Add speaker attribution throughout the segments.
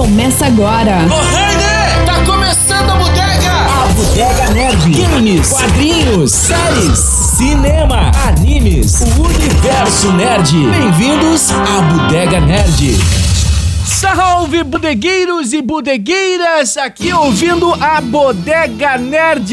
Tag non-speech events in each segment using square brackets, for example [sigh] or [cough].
Speaker 1: Começa agora.
Speaker 2: Ô, Heine! Tá começando a bodega!
Speaker 3: A Bodega Nerd. Games, quadrinhos, séries, cinema, animes, o universo nerd. Bem-vindos à Bodega Nerd.
Speaker 2: Salve, bodegueiros e bodegueiras! Aqui ouvindo a Bodega Nerd!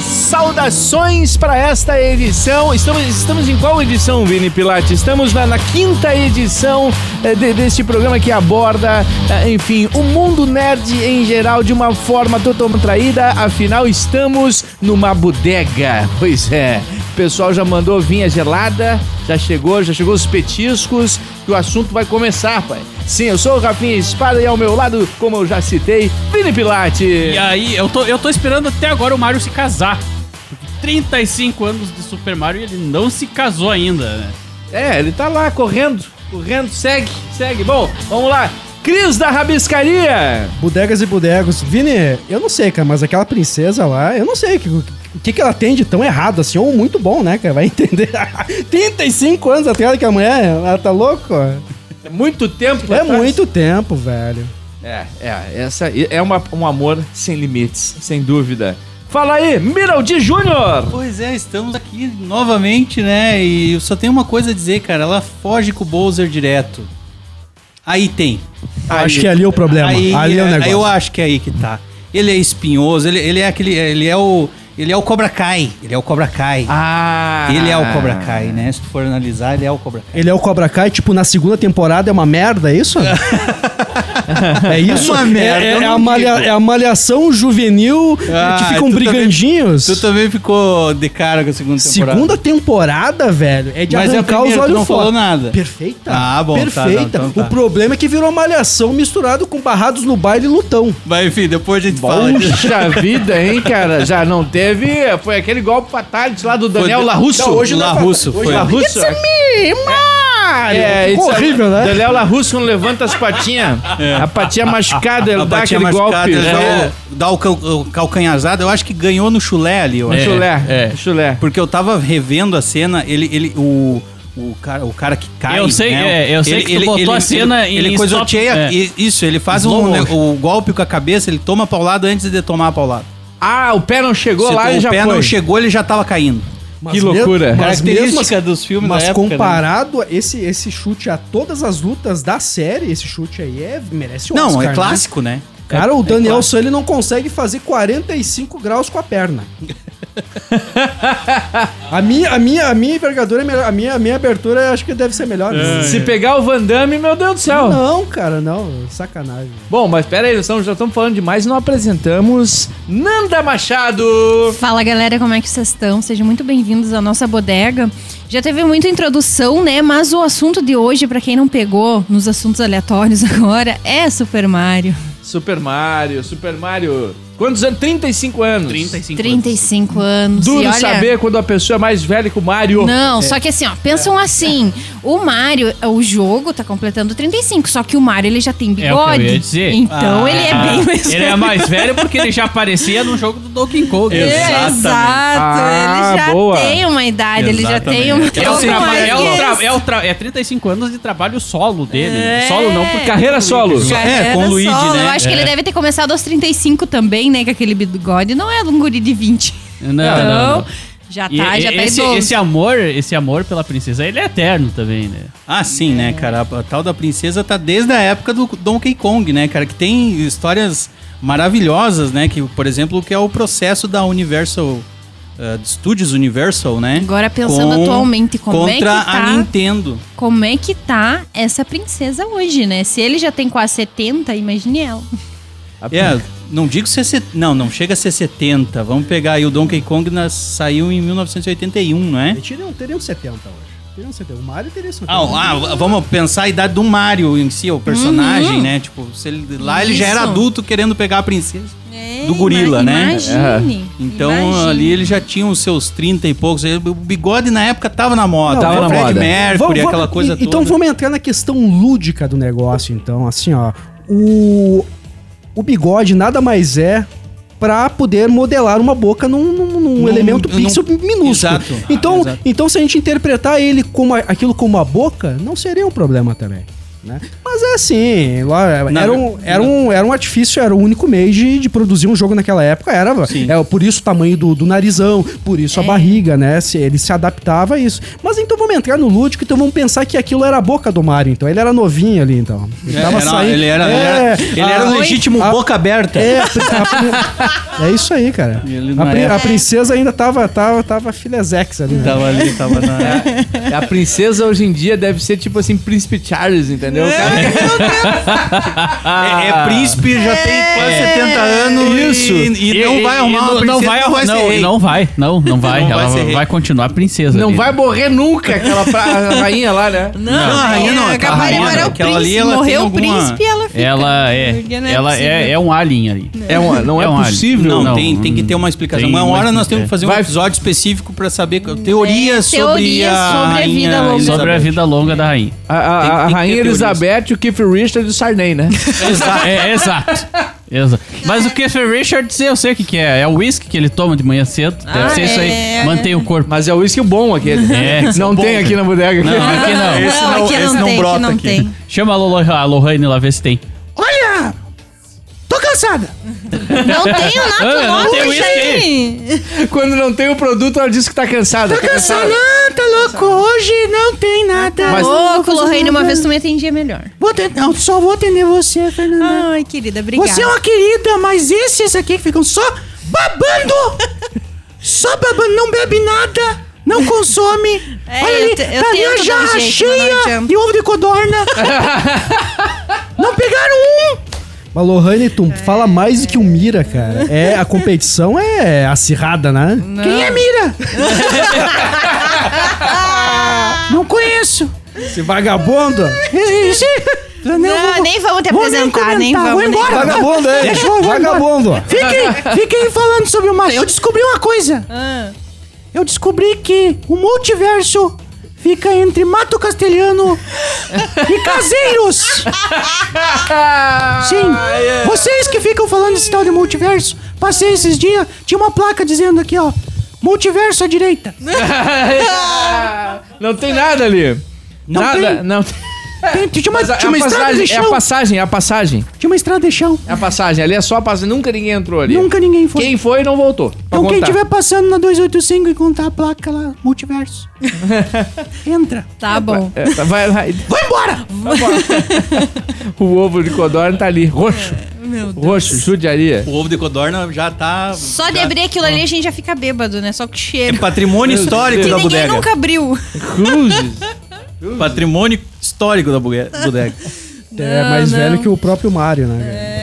Speaker 2: Saudações para esta edição. Estamos, estamos em qual edição, Vini Pilate? Estamos na, na quinta edição eh, de- deste programa que aborda, eh, enfim, o mundo nerd em geral de uma forma totalmente traída. Afinal, estamos numa bodega. Pois é. O pessoal já mandou vinha gelada, já chegou, já chegou os petiscos, que o assunto vai começar, pai. Sim, eu sou o Rafinha Espada e ao meu lado, como eu já citei, Vini Pilate.
Speaker 4: E aí, eu tô, eu tô esperando até agora o Mario se casar. Porque 35 anos de Super Mario e ele não se casou ainda, né?
Speaker 2: É, ele tá lá correndo, correndo, segue, segue. Bom, vamos lá. Cris da Rabiscaria.
Speaker 5: Bodegas e bodegos. Vini, eu não sei, cara, mas aquela princesa lá, eu não sei o que, o que, que ela tem de tão errado, assim, ou muito bom, né, cara? Vai [laughs] entender. 35 anos atrás daquela mulher, ela tá louco?
Speaker 2: É muito tempo
Speaker 5: É
Speaker 2: atrás.
Speaker 5: muito tempo, velho.
Speaker 2: É, é, essa é uma, um amor sem limites, sem dúvida. Fala aí, Miraldi Júnior.
Speaker 6: Pois é, estamos aqui novamente, né? E eu só tenho uma coisa a dizer, cara. Ela foge com o Bowser direto. Aí tem.
Speaker 5: Acho que ali é o problema.
Speaker 6: aí,
Speaker 5: ali é o
Speaker 6: aí
Speaker 5: negócio.
Speaker 6: eu acho que é aí que tá. Ele é espinhoso, ele, ele é aquele. Ele é o. Ele é o Cobra Kai. Ele é o Cobra Kai.
Speaker 2: Ah.
Speaker 6: Ele é o Cobra Kai, né? Se tu for analisar, ele é o Cobra Kai.
Speaker 5: Ele é o Cobra Kai, tipo, na segunda temporada é uma merda, é
Speaker 6: [laughs]
Speaker 5: isso? é isso?
Speaker 6: Uma merda,
Speaker 5: É, é,
Speaker 6: eu não
Speaker 5: a, malha-
Speaker 6: digo.
Speaker 5: é a malhação juvenil
Speaker 6: Ah,
Speaker 5: que ficam
Speaker 6: tu também-
Speaker 5: brigandinhos.
Speaker 6: Tu tá também ficou de cara com a segunda temporada.
Speaker 5: Segunda temporada, velho, é de
Speaker 6: Mas é a
Speaker 5: arrancar
Speaker 6: primeira,
Speaker 5: os
Speaker 6: tu
Speaker 5: olhos
Speaker 6: não
Speaker 5: fora.
Speaker 6: falou nada.
Speaker 5: Perfeita.
Speaker 6: Ah, bom, tá,
Speaker 5: Perfeita.
Speaker 6: não, então tá.
Speaker 5: O problema é que virou malhação misturado com barrados no baile e lutão.
Speaker 6: Mas enfim, depois a gente fala disso.
Speaker 2: Puxa vida, hein, cara? Já não teve. Foi aquele golpe fatality lá do Daniel
Speaker 6: Foi-
Speaker 2: Larusso.
Speaker 6: Não, hoje não é Larusso,
Speaker 2: Hoje
Speaker 6: foi.
Speaker 2: Larusso. É, isso é-
Speaker 5: horrível, né?
Speaker 2: Daniel Larusso não levanta as patinhas. A patinha machucada, ele
Speaker 6: É. A
Speaker 2: dá
Speaker 6: patinha
Speaker 2: aquele golpe.
Speaker 6: machucada, ele dá um-
Speaker 2: É.
Speaker 6: o- Dá o, cal- o calcanhazado. Eu acho que ganhou no chulé ali, eu acho.
Speaker 2: Chulé,
Speaker 4: é.
Speaker 2: chulé.
Speaker 6: Porque eu tava revendo a cena, ele. ele o, o, cara, o cara que cai.
Speaker 4: Eu sei,
Speaker 6: né?
Speaker 4: é, eu sei que tu botou a cena
Speaker 6: ele,
Speaker 4: em
Speaker 6: Ele coisoteia.
Speaker 4: stop- é.
Speaker 6: e- Isso, ele faz um,
Speaker 4: Slow
Speaker 6: ne-
Speaker 4: motion.
Speaker 6: o golpe com a cabeça, ele toma a paulada antes de tomar a paulada.
Speaker 2: Ah, o pé não chegou
Speaker 6: Se
Speaker 2: lá e
Speaker 6: o
Speaker 2: já
Speaker 6: pé
Speaker 2: foi.
Speaker 6: não chegou, ele já tava caindo.
Speaker 5: Mas
Speaker 2: Que
Speaker 5: mesmo-
Speaker 2: loucura.
Speaker 5: Mas mesmo assim-
Speaker 6: dos filmes
Speaker 5: mas
Speaker 6: da época, né?
Speaker 5: comparado a esse, esse chute a todas as lutas da série, esse chute aí é, merece um
Speaker 6: Não,
Speaker 5: Oscar,
Speaker 6: é
Speaker 5: né?
Speaker 6: clássico, né?
Speaker 5: Cara, o Daniel San ele não consegue fazer 45 graus com a
Speaker 6: [laughs]
Speaker 5: perna. a, minha, a, minha, a minha envergadura é melhor. A minha, a minha abertura eu acho que deve ser melhor.
Speaker 6: É.
Speaker 2: Se pegar o Van Damme, meu Deus do céu.
Speaker 5: Não, cara, não. Sacanagem.
Speaker 2: Bom, mas pera aí, nós estamos- já estamos falando demais e não apresentamos Nanda Machado.
Speaker 7: Fala galera, como é que vocês estão? Sejam muito bem-vindos à nossa bodega. Já teve muita introdução, né? Mas o assunto de hoje, pra quem não pegou nos assuntos aleatórios [laughs] agora, é Super Mario.
Speaker 2: Super Mario, Super Mario. Quantos anos? 35 anos.
Speaker 4: 35
Speaker 7: 35 anos. e
Speaker 2: Duro
Speaker 7: olha-
Speaker 2: saber quando a pessoa é mais velha que o Mario.
Speaker 4: É.
Speaker 7: Não, só que assim, ó, pensam assim, o Mario, o jogo tá completando 35, só que o Mario ele já tem
Speaker 4: É o que
Speaker 7: bigode.
Speaker 4: eu ia dizer.
Speaker 7: Então ele é bem mais
Speaker 4: [laughs] Ele é mais velho porque ele já aparecia no jogo do Donkey Kong. né?
Speaker 7: É, Exato,
Speaker 2: Ah,
Speaker 7: ele já
Speaker 2: boa.
Speaker 7: tem uma idade, ele já tem uma.
Speaker 4: É, o
Speaker 7: Então,
Speaker 4: traba-
Speaker 7: mais
Speaker 4: é,
Speaker 7: que
Speaker 4: o tra-
Speaker 7: isso.
Speaker 4: é o tra- é 35 anos de trabalho solo dele. né?
Speaker 7: É.
Speaker 4: Solo não, porque
Speaker 2: Carreira solo.
Speaker 6: É, com o
Speaker 7: Era
Speaker 6: Luigi,
Speaker 7: solo.
Speaker 6: né?
Speaker 7: Eu acho que ele deve ter começado aos 35 também, né? Com aquele bigode. Não é um guri de 20.
Speaker 4: Não, não, não.
Speaker 7: já tá,
Speaker 4: E- e-
Speaker 7: já tá
Speaker 4: esse,
Speaker 7: idoso.
Speaker 4: esse amor, esse amor pela princesa, ele é eterno também, né?
Speaker 6: Ah, sim, né, cara? A tal da princesa tá desde a época do Donkey Kong, né, cara? Que tem histórias maravilhosas, né? Que, por exemplo, que é o processo da Universal... eh, Studios Universal, né?
Speaker 7: Agora, pensando atualmente, como é que
Speaker 6: contra
Speaker 7: tá?
Speaker 6: a Nintendo.
Speaker 7: Como é que tá essa princesa hoje, né? Se ele já tem quase 70, imagine ela.
Speaker 6: É, não digo ser... set- Não, não chega a ser 70. Vamos pegar aí o Donkey Kong na... saiu em 1981, não é?
Speaker 5: Ele teria, um- teria um 70 hoje. Teria um 70. O Mario teria 70.
Speaker 6: Ah, ah, v- vamos pensar a idade do Mario em si, o personagem, né? Tipo, se ele- lá ele já era
Speaker 7: Uhum. Isso.
Speaker 6: adulto querendo pegar a princesa. Do gorila,
Speaker 7: ima-
Speaker 6: né?
Speaker 7: Imagine.
Speaker 6: Então
Speaker 7: imagine.
Speaker 6: ali ele já tinha os seus 30 e poucos. Ele- O bigode na época tava na moda.
Speaker 5: Não,
Speaker 6: o
Speaker 5: vamos-
Speaker 6: Fred
Speaker 5: vamos-
Speaker 6: Mercury,
Speaker 5: vamos-
Speaker 6: aquela
Speaker 5: vamos-
Speaker 6: coisa
Speaker 5: e-
Speaker 6: toda.
Speaker 5: Então vamos entrar na questão lúdica do negócio, então. Assim, ó. O, o bigode nada mais é pra poder modelar uma boca num, num- num
Speaker 6: Num-
Speaker 5: elemento
Speaker 6: num-
Speaker 5: pixel minúsculo.
Speaker 6: Exato.
Speaker 5: Então,
Speaker 6: Exato.
Speaker 5: então, se a gente interpretar ele como a- aquilo como a boca, não seria um problema também. né? Mas é assim, lá,
Speaker 6: Na-
Speaker 5: era, um, era, um, era um artifício, era o único meio de, de produzir um jogo naquela época, era
Speaker 6: Sim.
Speaker 5: é, por isso o tamanho do, do narizão, por isso a
Speaker 7: É.
Speaker 5: barriga, né? Se, ele se adaptava a isso. Mas então vamos entrar no lúdico, então vamos pensar que aquilo era a boca do Mario, então ele era novinho ali, então. Ele
Speaker 6: É,
Speaker 5: tava
Speaker 6: era-
Speaker 5: saindo.
Speaker 6: ele era, ele
Speaker 5: É,
Speaker 6: era, ele era
Speaker 5: a-
Speaker 6: um legítimo
Speaker 5: a-
Speaker 6: boca aberta.
Speaker 5: é, a pri- a pri- é isso aí, cara.
Speaker 6: E ele
Speaker 5: A,
Speaker 6: na
Speaker 5: pri- a
Speaker 6: época-
Speaker 5: princesa ainda tava, tava, tava filesex ali, né?
Speaker 6: Tava ali, tava na.
Speaker 2: A princesa hoje em dia deve ser tipo assim, Príncipe Charles, entendeu? cara?
Speaker 6: É, é príncipe, já tem quase 70 anos.
Speaker 2: Isso.
Speaker 6: E, e não vai arrumar
Speaker 4: não,
Speaker 6: uma
Speaker 4: não
Speaker 6: princesa,
Speaker 4: vai,
Speaker 6: ser
Speaker 4: não,
Speaker 6: rei.
Speaker 4: não vai, não, não vai.
Speaker 6: Não vai
Speaker 4: Ela
Speaker 6: ser
Speaker 4: vai,
Speaker 6: rei.
Speaker 4: continuar princesa.
Speaker 2: Não
Speaker 4: ali.
Speaker 2: vai morrer nunca aquela pra- rainha lá, né?
Speaker 6: Não, a rainha não.
Speaker 7: É capaz de
Speaker 6: rainha
Speaker 7: morar
Speaker 6: não,
Speaker 7: o
Speaker 6: aquela
Speaker 7: príncipe.
Speaker 6: ali, ela tem
Speaker 7: Morreu o
Speaker 6: alguma-
Speaker 7: príncipe e ela fica.
Speaker 4: Ela é,
Speaker 7: Porque não
Speaker 4: ela
Speaker 7: possível.
Speaker 4: é, é um alien ali.
Speaker 2: É uma, não é,
Speaker 4: É um alien.
Speaker 2: possível.
Speaker 6: Não,
Speaker 4: Não,
Speaker 6: tem,
Speaker 4: não.
Speaker 6: tem que ter uma explicação.
Speaker 4: Tem
Speaker 6: uma
Speaker 4: uma
Speaker 6: hora nós
Speaker 4: explicação.
Speaker 6: temos que fazer um
Speaker 2: Vai-
Speaker 6: episódio específico pra saber co- teorias
Speaker 7: É,
Speaker 6: sobre
Speaker 7: teorias
Speaker 6: a
Speaker 7: sobre a
Speaker 6: rainha
Speaker 7: vida longa.
Speaker 6: Elizabeth.
Speaker 4: Sobre a vida longa da rainha.
Speaker 2: A, a-
Speaker 6: Tem-
Speaker 2: a
Speaker 6: tem que ter
Speaker 2: rainha
Speaker 6: teorias.
Speaker 2: Elizabeth, o Keith Richards e o Sarney, né?
Speaker 4: Exato. É, exato. Exato. Mas o Keith Richards, eu sei o que, que é. É o uísque que ele toma de manhã cedo. Deve
Speaker 7: Ah,
Speaker 4: ser isso aí.
Speaker 7: é, é.
Speaker 4: Mantém o corpo.
Speaker 2: Mas é o uísque bom aquele.
Speaker 4: É,
Speaker 2: não
Speaker 4: bom.
Speaker 2: tem aqui na bodega.
Speaker 6: é.
Speaker 4: Não, aqui não.
Speaker 6: Esse não-
Speaker 7: aqui
Speaker 6: esse
Speaker 7: não
Speaker 6: não
Speaker 7: tem, aqui
Speaker 6: brota
Speaker 7: não
Speaker 6: aqui.
Speaker 7: tem.
Speaker 4: Chama a Lolo- a Lohane lá, ver se tem.
Speaker 6: Olha! Tô cansada!
Speaker 7: Não tem
Speaker 6: [laughs]
Speaker 7: o
Speaker 4: Ah,
Speaker 7: Nato
Speaker 4: não
Speaker 7: Lobo,
Speaker 4: tem
Speaker 7: isso
Speaker 4: whisky
Speaker 7: aí.
Speaker 2: [laughs] Quando não tem o produto, ela diz que tá cansada. Tá cansada.
Speaker 6: Ah, tá louco! Hoje não tem nada.
Speaker 2: Mas-
Speaker 7: Tá Louco, Lorraine, uma vez tu me atendia melhor.
Speaker 6: Vou atender- não, só vou atender você, Fernanda. é
Speaker 7: Ai, querida, Ah, obrigada.
Speaker 6: querida, mas esses aqui que ficam só babando! só babando, não bebe nada, não consome. tá
Speaker 7: É, eu te- eu tento dar um jeito, mas não adianta.
Speaker 6: ovo de codorna. não pegaram um!
Speaker 5: Mas Lohane,
Speaker 7: É,
Speaker 5: tu fala mais do que o Mira, cara. É, a competição é acirrada, né?
Speaker 6: Quem é Mira? não conheço.
Speaker 5: Esse vagabundo!
Speaker 6: Esse-
Speaker 7: Não, nem vamos te
Speaker 6: vou nem
Speaker 7: apresentar, nem
Speaker 6: comentar,
Speaker 7: vamos.
Speaker 6: vou
Speaker 7: nem
Speaker 6: embora.
Speaker 7: vamos.
Speaker 5: Vagabundo, hein? Vagabundo!
Speaker 6: Fiquem, fiquem falando sobre o mar. Eu descobri uma coisa.
Speaker 7: Ah,
Speaker 6: Eu descobri que o multiverso fica entre Mato Castelhano e
Speaker 2: [laughs]
Speaker 6: Caseiros. Sim.
Speaker 2: Ah,
Speaker 6: Vocês que ficam falando desse tal de multiverso, passei esses dias, tinha uma placa dizendo aqui, ó. Multiverso à direita.
Speaker 2: Né? Tá
Speaker 6: [laughs]
Speaker 2: Não tem nada ali.
Speaker 6: Não
Speaker 2: nada,
Speaker 6: tem.
Speaker 2: não tem.
Speaker 6: Tem- tinha uma,
Speaker 2: Mas a,
Speaker 6: tinha
Speaker 2: a
Speaker 6: uma estrada de
Speaker 2: passagem, é a
Speaker 6: chão.
Speaker 2: passagem, é a passagem.
Speaker 6: Tinha uma estrada de chão.
Speaker 2: É a passagem. Ali é só a passagem. Nunca ninguém entrou ali.
Speaker 6: Nunca ninguém foi.
Speaker 2: Quem foi não voltou. Pra
Speaker 6: então quem
Speaker 2: contar.
Speaker 6: estiver passando na 285 e contar a placa lá,
Speaker 2: [laughs]
Speaker 6: multiverso. Entra.
Speaker 7: tá bom.
Speaker 2: É, tá, vai, vai.
Speaker 6: Vai embora!
Speaker 2: [laughs] O ovo de codorna tá ali, roxo.
Speaker 7: É, Meu Deus.
Speaker 2: Roxo, judiaria.
Speaker 6: O ovo de codorna já tá.
Speaker 7: Só de abrir aquilo ali a gente já fica bêbado, né? Só com cheiro.
Speaker 6: patrimônio histórico
Speaker 7: Que ninguém nunca abriu. [laughs]
Speaker 2: Cruzes.
Speaker 6: Patrimônio histórico da bugue- bodega.
Speaker 5: É mais velho que o próprio Mario, né, cara?
Speaker 7: É.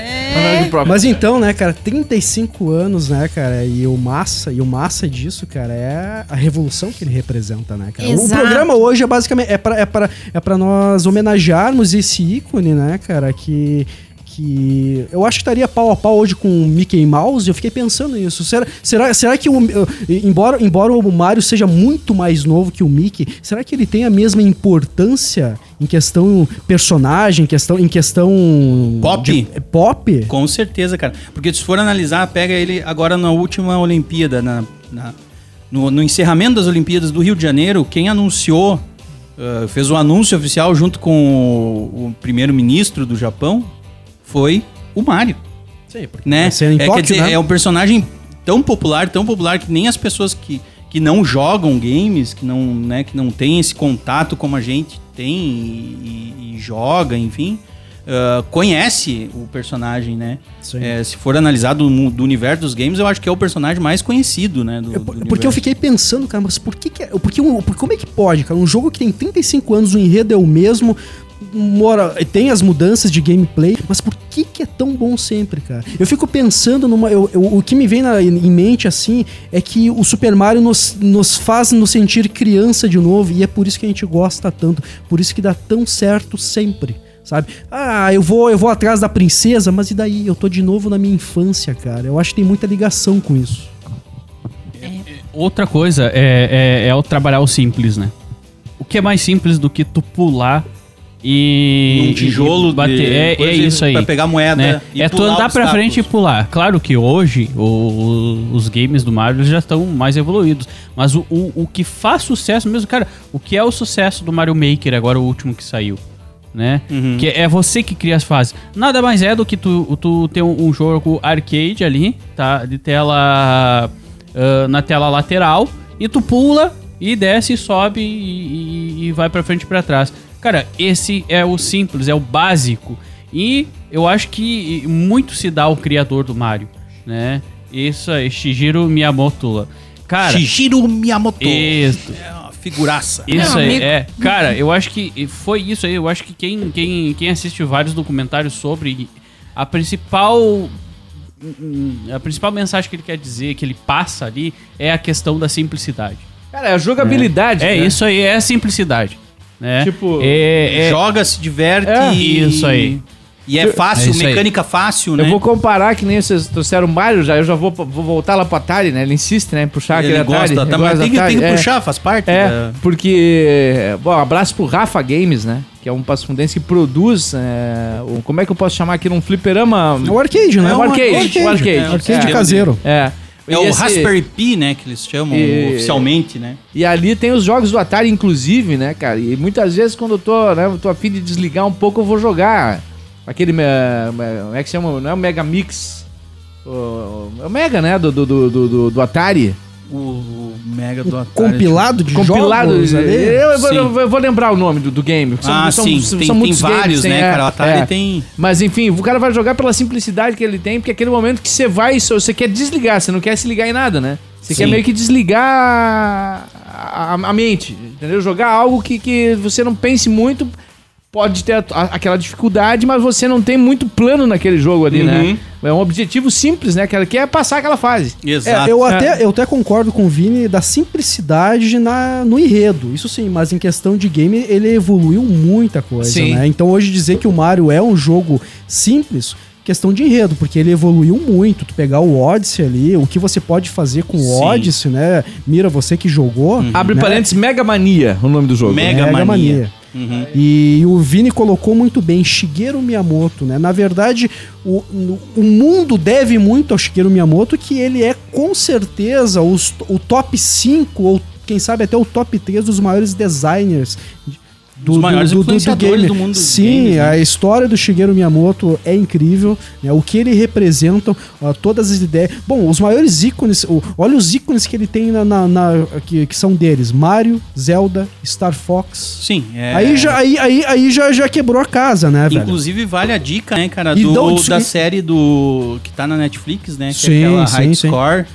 Speaker 2: Mas, próprio.
Speaker 5: Mas então, né, cara, 35 anos, né, cara? E o massa, e o massa disso, cara, é a revolução que ele representa, né, cara?
Speaker 7: Exato.
Speaker 5: O programa hoje é basicamente é para é para é para nós homenagearmos esse ícone, né, cara, que que eu acho que estaria pau a pau hoje com o Mickey Mouse, eu fiquei pensando nisso. Será, será, será que o embora embora o Mario seja muito mais novo que o Mickey, será que ele tem a mesma importância em questão personagem, em questão em questão
Speaker 6: Pop?
Speaker 5: de- é, pop?
Speaker 6: Com certeza, cara. Porque se for analisar, pega ele agora na última Olimpíada, na, na- no, no encerramento das Olimpíadas do Rio de Janeiro, quem anunciou, ah, fez o anúncio oficial junto com o, o primeiro-ministro do Japão, foi o Mario.
Speaker 5: Sim, porque
Speaker 6: Né?
Speaker 5: vai ser em
Speaker 6: é,
Speaker 5: Tóquio,
Speaker 6: quer dizer,
Speaker 5: né?
Speaker 6: é um personagem tão popular, tão popular, que nem as pessoas que, que não jogam games, que não, né, que não tem esse contato como a gente tem e, e- e joga, enfim, ah, conhece o personagem, né?
Speaker 5: Sim.
Speaker 6: É, se for analisado do, mu- do universo dos games, eu acho que é o personagem mais conhecido, né? Do,
Speaker 5: Eu-
Speaker 6: do
Speaker 5: porque eu
Speaker 6: universo.
Speaker 5: fiquei pensando, cara, mas por que, que é- por que o- por- como é que pode, cara? Um jogo que tem 35 anos, o enredo é o mesmo, mora, tem as mudanças de gameplay, mas por que que é tão bom sempre, cara? Eu fico pensando numa, eu- eu- o que me vem na- em mente assim é que o Super Mario nos, nos faz nos sentir criança de novo e é por isso que a gente gosta tanto, por isso que dá tão certo sempre. Sabe? Ah, eu vou, eu vou atrás da princesa, mas e daí? Eu tô de novo na minha infância, cara. Eu acho que tem muita ligação com isso.
Speaker 4: Outra coisa é, é, é o trabalhar o simples, né? O que é mais simples do que tu pular e.
Speaker 6: Num tijolo
Speaker 4: e bater.
Speaker 6: de
Speaker 4: É, é
Speaker 6: coisa
Speaker 4: isso aí.
Speaker 6: Pra pegar moeda.
Speaker 4: né?
Speaker 6: e
Speaker 4: É tu
Speaker 6: pular
Speaker 4: andar pra
Speaker 6: obstáculos.
Speaker 4: frente e pular. Claro que hoje o- os games do Mario eles já estão mais evoluídos. Mas o, o, o que faz sucesso mesmo, cara, o que é o sucesso do Mario Maker agora, o último que saiu? né? Que é você que cria as fases. Nada mais é do que tu, tu ter um, um jogo arcade ali, tá? De tela. ah, na tela lateral. E tu pula e desce, sobe e, e- e vai pra frente e pra trás. Cara, esse é o simples, é o básico. E eu acho que muito se dá ao criador do Mario, né? Isso aí, Shigeru Miyamoto. lá. Cara,
Speaker 6: Shigeru Miyamoto.
Speaker 4: isso.
Speaker 6: É uma figuraça.
Speaker 4: Isso
Speaker 7: Não,
Speaker 4: aí,
Speaker 7: amigo.
Speaker 4: é. Cara, eu acho que foi isso aí. Eu acho que quem, quem, quem assiste vários documentários sobre a principal. hum, A principal mensagem que ele quer dizer, que ele passa ali, é a questão da simplicidade.
Speaker 2: Cara, é a jogabilidade.
Speaker 4: É
Speaker 2: né?
Speaker 4: isso aí, é a simplicidade. Né?
Speaker 2: Tipo,
Speaker 4: é, é-
Speaker 6: Joga, se diverte.
Speaker 4: É.
Speaker 6: e-
Speaker 4: Isso aí.
Speaker 6: E é fácil,
Speaker 4: É isso aí.
Speaker 6: mecânica fácil, né?
Speaker 2: Eu vou comparar que nem vocês trouxeram o Mario já, eu já vou, vou voltar lá pro Atari, né? Ele insiste, né? em Puxar aquele
Speaker 6: Ele
Speaker 2: Atari.
Speaker 6: gosta, tá,
Speaker 2: Ele gosta
Speaker 6: mas tem
Speaker 2: do
Speaker 6: que, tem que
Speaker 2: Atari, é.
Speaker 6: puxar, né? faz parte.
Speaker 2: É,
Speaker 6: da-
Speaker 2: porque. Bom, um abraço pro Rafa Games, né? Que é um passo fundense que produz. é, o- como é que eu posso chamar aqui? Um fliperama.
Speaker 5: É o arcade, né?
Speaker 2: É um arcade, um arcade.
Speaker 5: É, arcade
Speaker 6: É.
Speaker 5: caseiro.
Speaker 2: É.
Speaker 6: É o
Speaker 2: E esse-
Speaker 6: Raspberry Pi, né? Que eles chamam
Speaker 2: E-
Speaker 6: oficialmente, né?
Speaker 2: E ali tem os jogos do Atari, inclusive, né, cara? E muitas vezes quando eu tô, né, eu tô afim de desligar um pouco, eu vou jogar aquele. eh, eh, Como é que chama? Não é o Mega Mix? O- É o Mega, né? Do, do, do, do, do Atari.
Speaker 6: O, o Mega do Atari.
Speaker 5: Compilado de
Speaker 2: Compilado. É,
Speaker 5: jogos É,
Speaker 2: eu,
Speaker 5: ali.
Speaker 2: eu vou-
Speaker 6: Sim.
Speaker 2: eu vou- eu vou lembrar o nome do, do game. são-
Speaker 6: Ah,
Speaker 2: são-
Speaker 6: sim.
Speaker 2: são-
Speaker 6: tem
Speaker 2: são
Speaker 6: tem
Speaker 2: muitos games,
Speaker 6: vários,
Speaker 2: tem,
Speaker 6: né,
Speaker 2: é,
Speaker 6: cara? O Atari
Speaker 2: é.
Speaker 6: tem.
Speaker 2: Mas enfim, o cara vai jogar pela simplicidade que ele tem, porque é aquele momento que você vai, só- você quer desligar, você não quer se ligar em nada, né? Você quer
Speaker 6: Sim.
Speaker 2: meio que desligar a, a- a mente, entendeu? Jogar algo que, que você não pense muito, pode ter a- a- aquela dificuldade, mas você não tem muito plano naquele jogo ali, né? É um objetivo simples, né? Que que é passar aquela fase.
Speaker 6: Exato.
Speaker 5: É, eu, até, eu até concordo com o Vini da simplicidade na, no enredo, isso sim, mas em questão de game ele evoluiu muita coisa,
Speaker 2: Sim.
Speaker 5: né? Então hoje dizer que o Mario é um jogo simples, questão de enredo, porque ele evoluiu muito. Tu pegar o Odyssey ali, o que você pode fazer com o
Speaker 6: Sim.
Speaker 5: Odyssey, né? Mira, você que jogou.
Speaker 2: Abre
Speaker 5: né?
Speaker 2: parênteses, Mega Mania, o nome do jogo.
Speaker 6: Mega-
Speaker 5: Mega Mania.
Speaker 6: Mania. Uhum.
Speaker 5: E o Vini colocou muito bem, Shigeru Miyamoto, né? Na verdade, o, no- o mundo deve muito ao Shigeru Miyamoto, que ele é com certeza os- o top 5, ou quem sabe até o top 3 dos maiores designers. Do,
Speaker 6: Dos maiores influenciadores do mundo dos
Speaker 5: Sim,
Speaker 6: games, né?
Speaker 5: a história do Shigeru Miyamoto é incrível, né? O que ele representa, ó, todas as ideias. Bom, os maiores ícones, o- olha os ícones que ele tem na, na- na- que, que são deles: Mario, Zelda, Star Fox.
Speaker 6: Sim. é-
Speaker 5: Aí, já, aí, aí, aí já, já quebrou a casa, né, velho?
Speaker 6: Inclusive, vale a dica, né, cara,
Speaker 5: E
Speaker 6: do,
Speaker 5: dão-
Speaker 6: da série do. que tá na Netflix, né? Que
Speaker 5: Sim,
Speaker 6: é aquela
Speaker 5: sim,
Speaker 6: High
Speaker 5: sim.
Speaker 6: Score,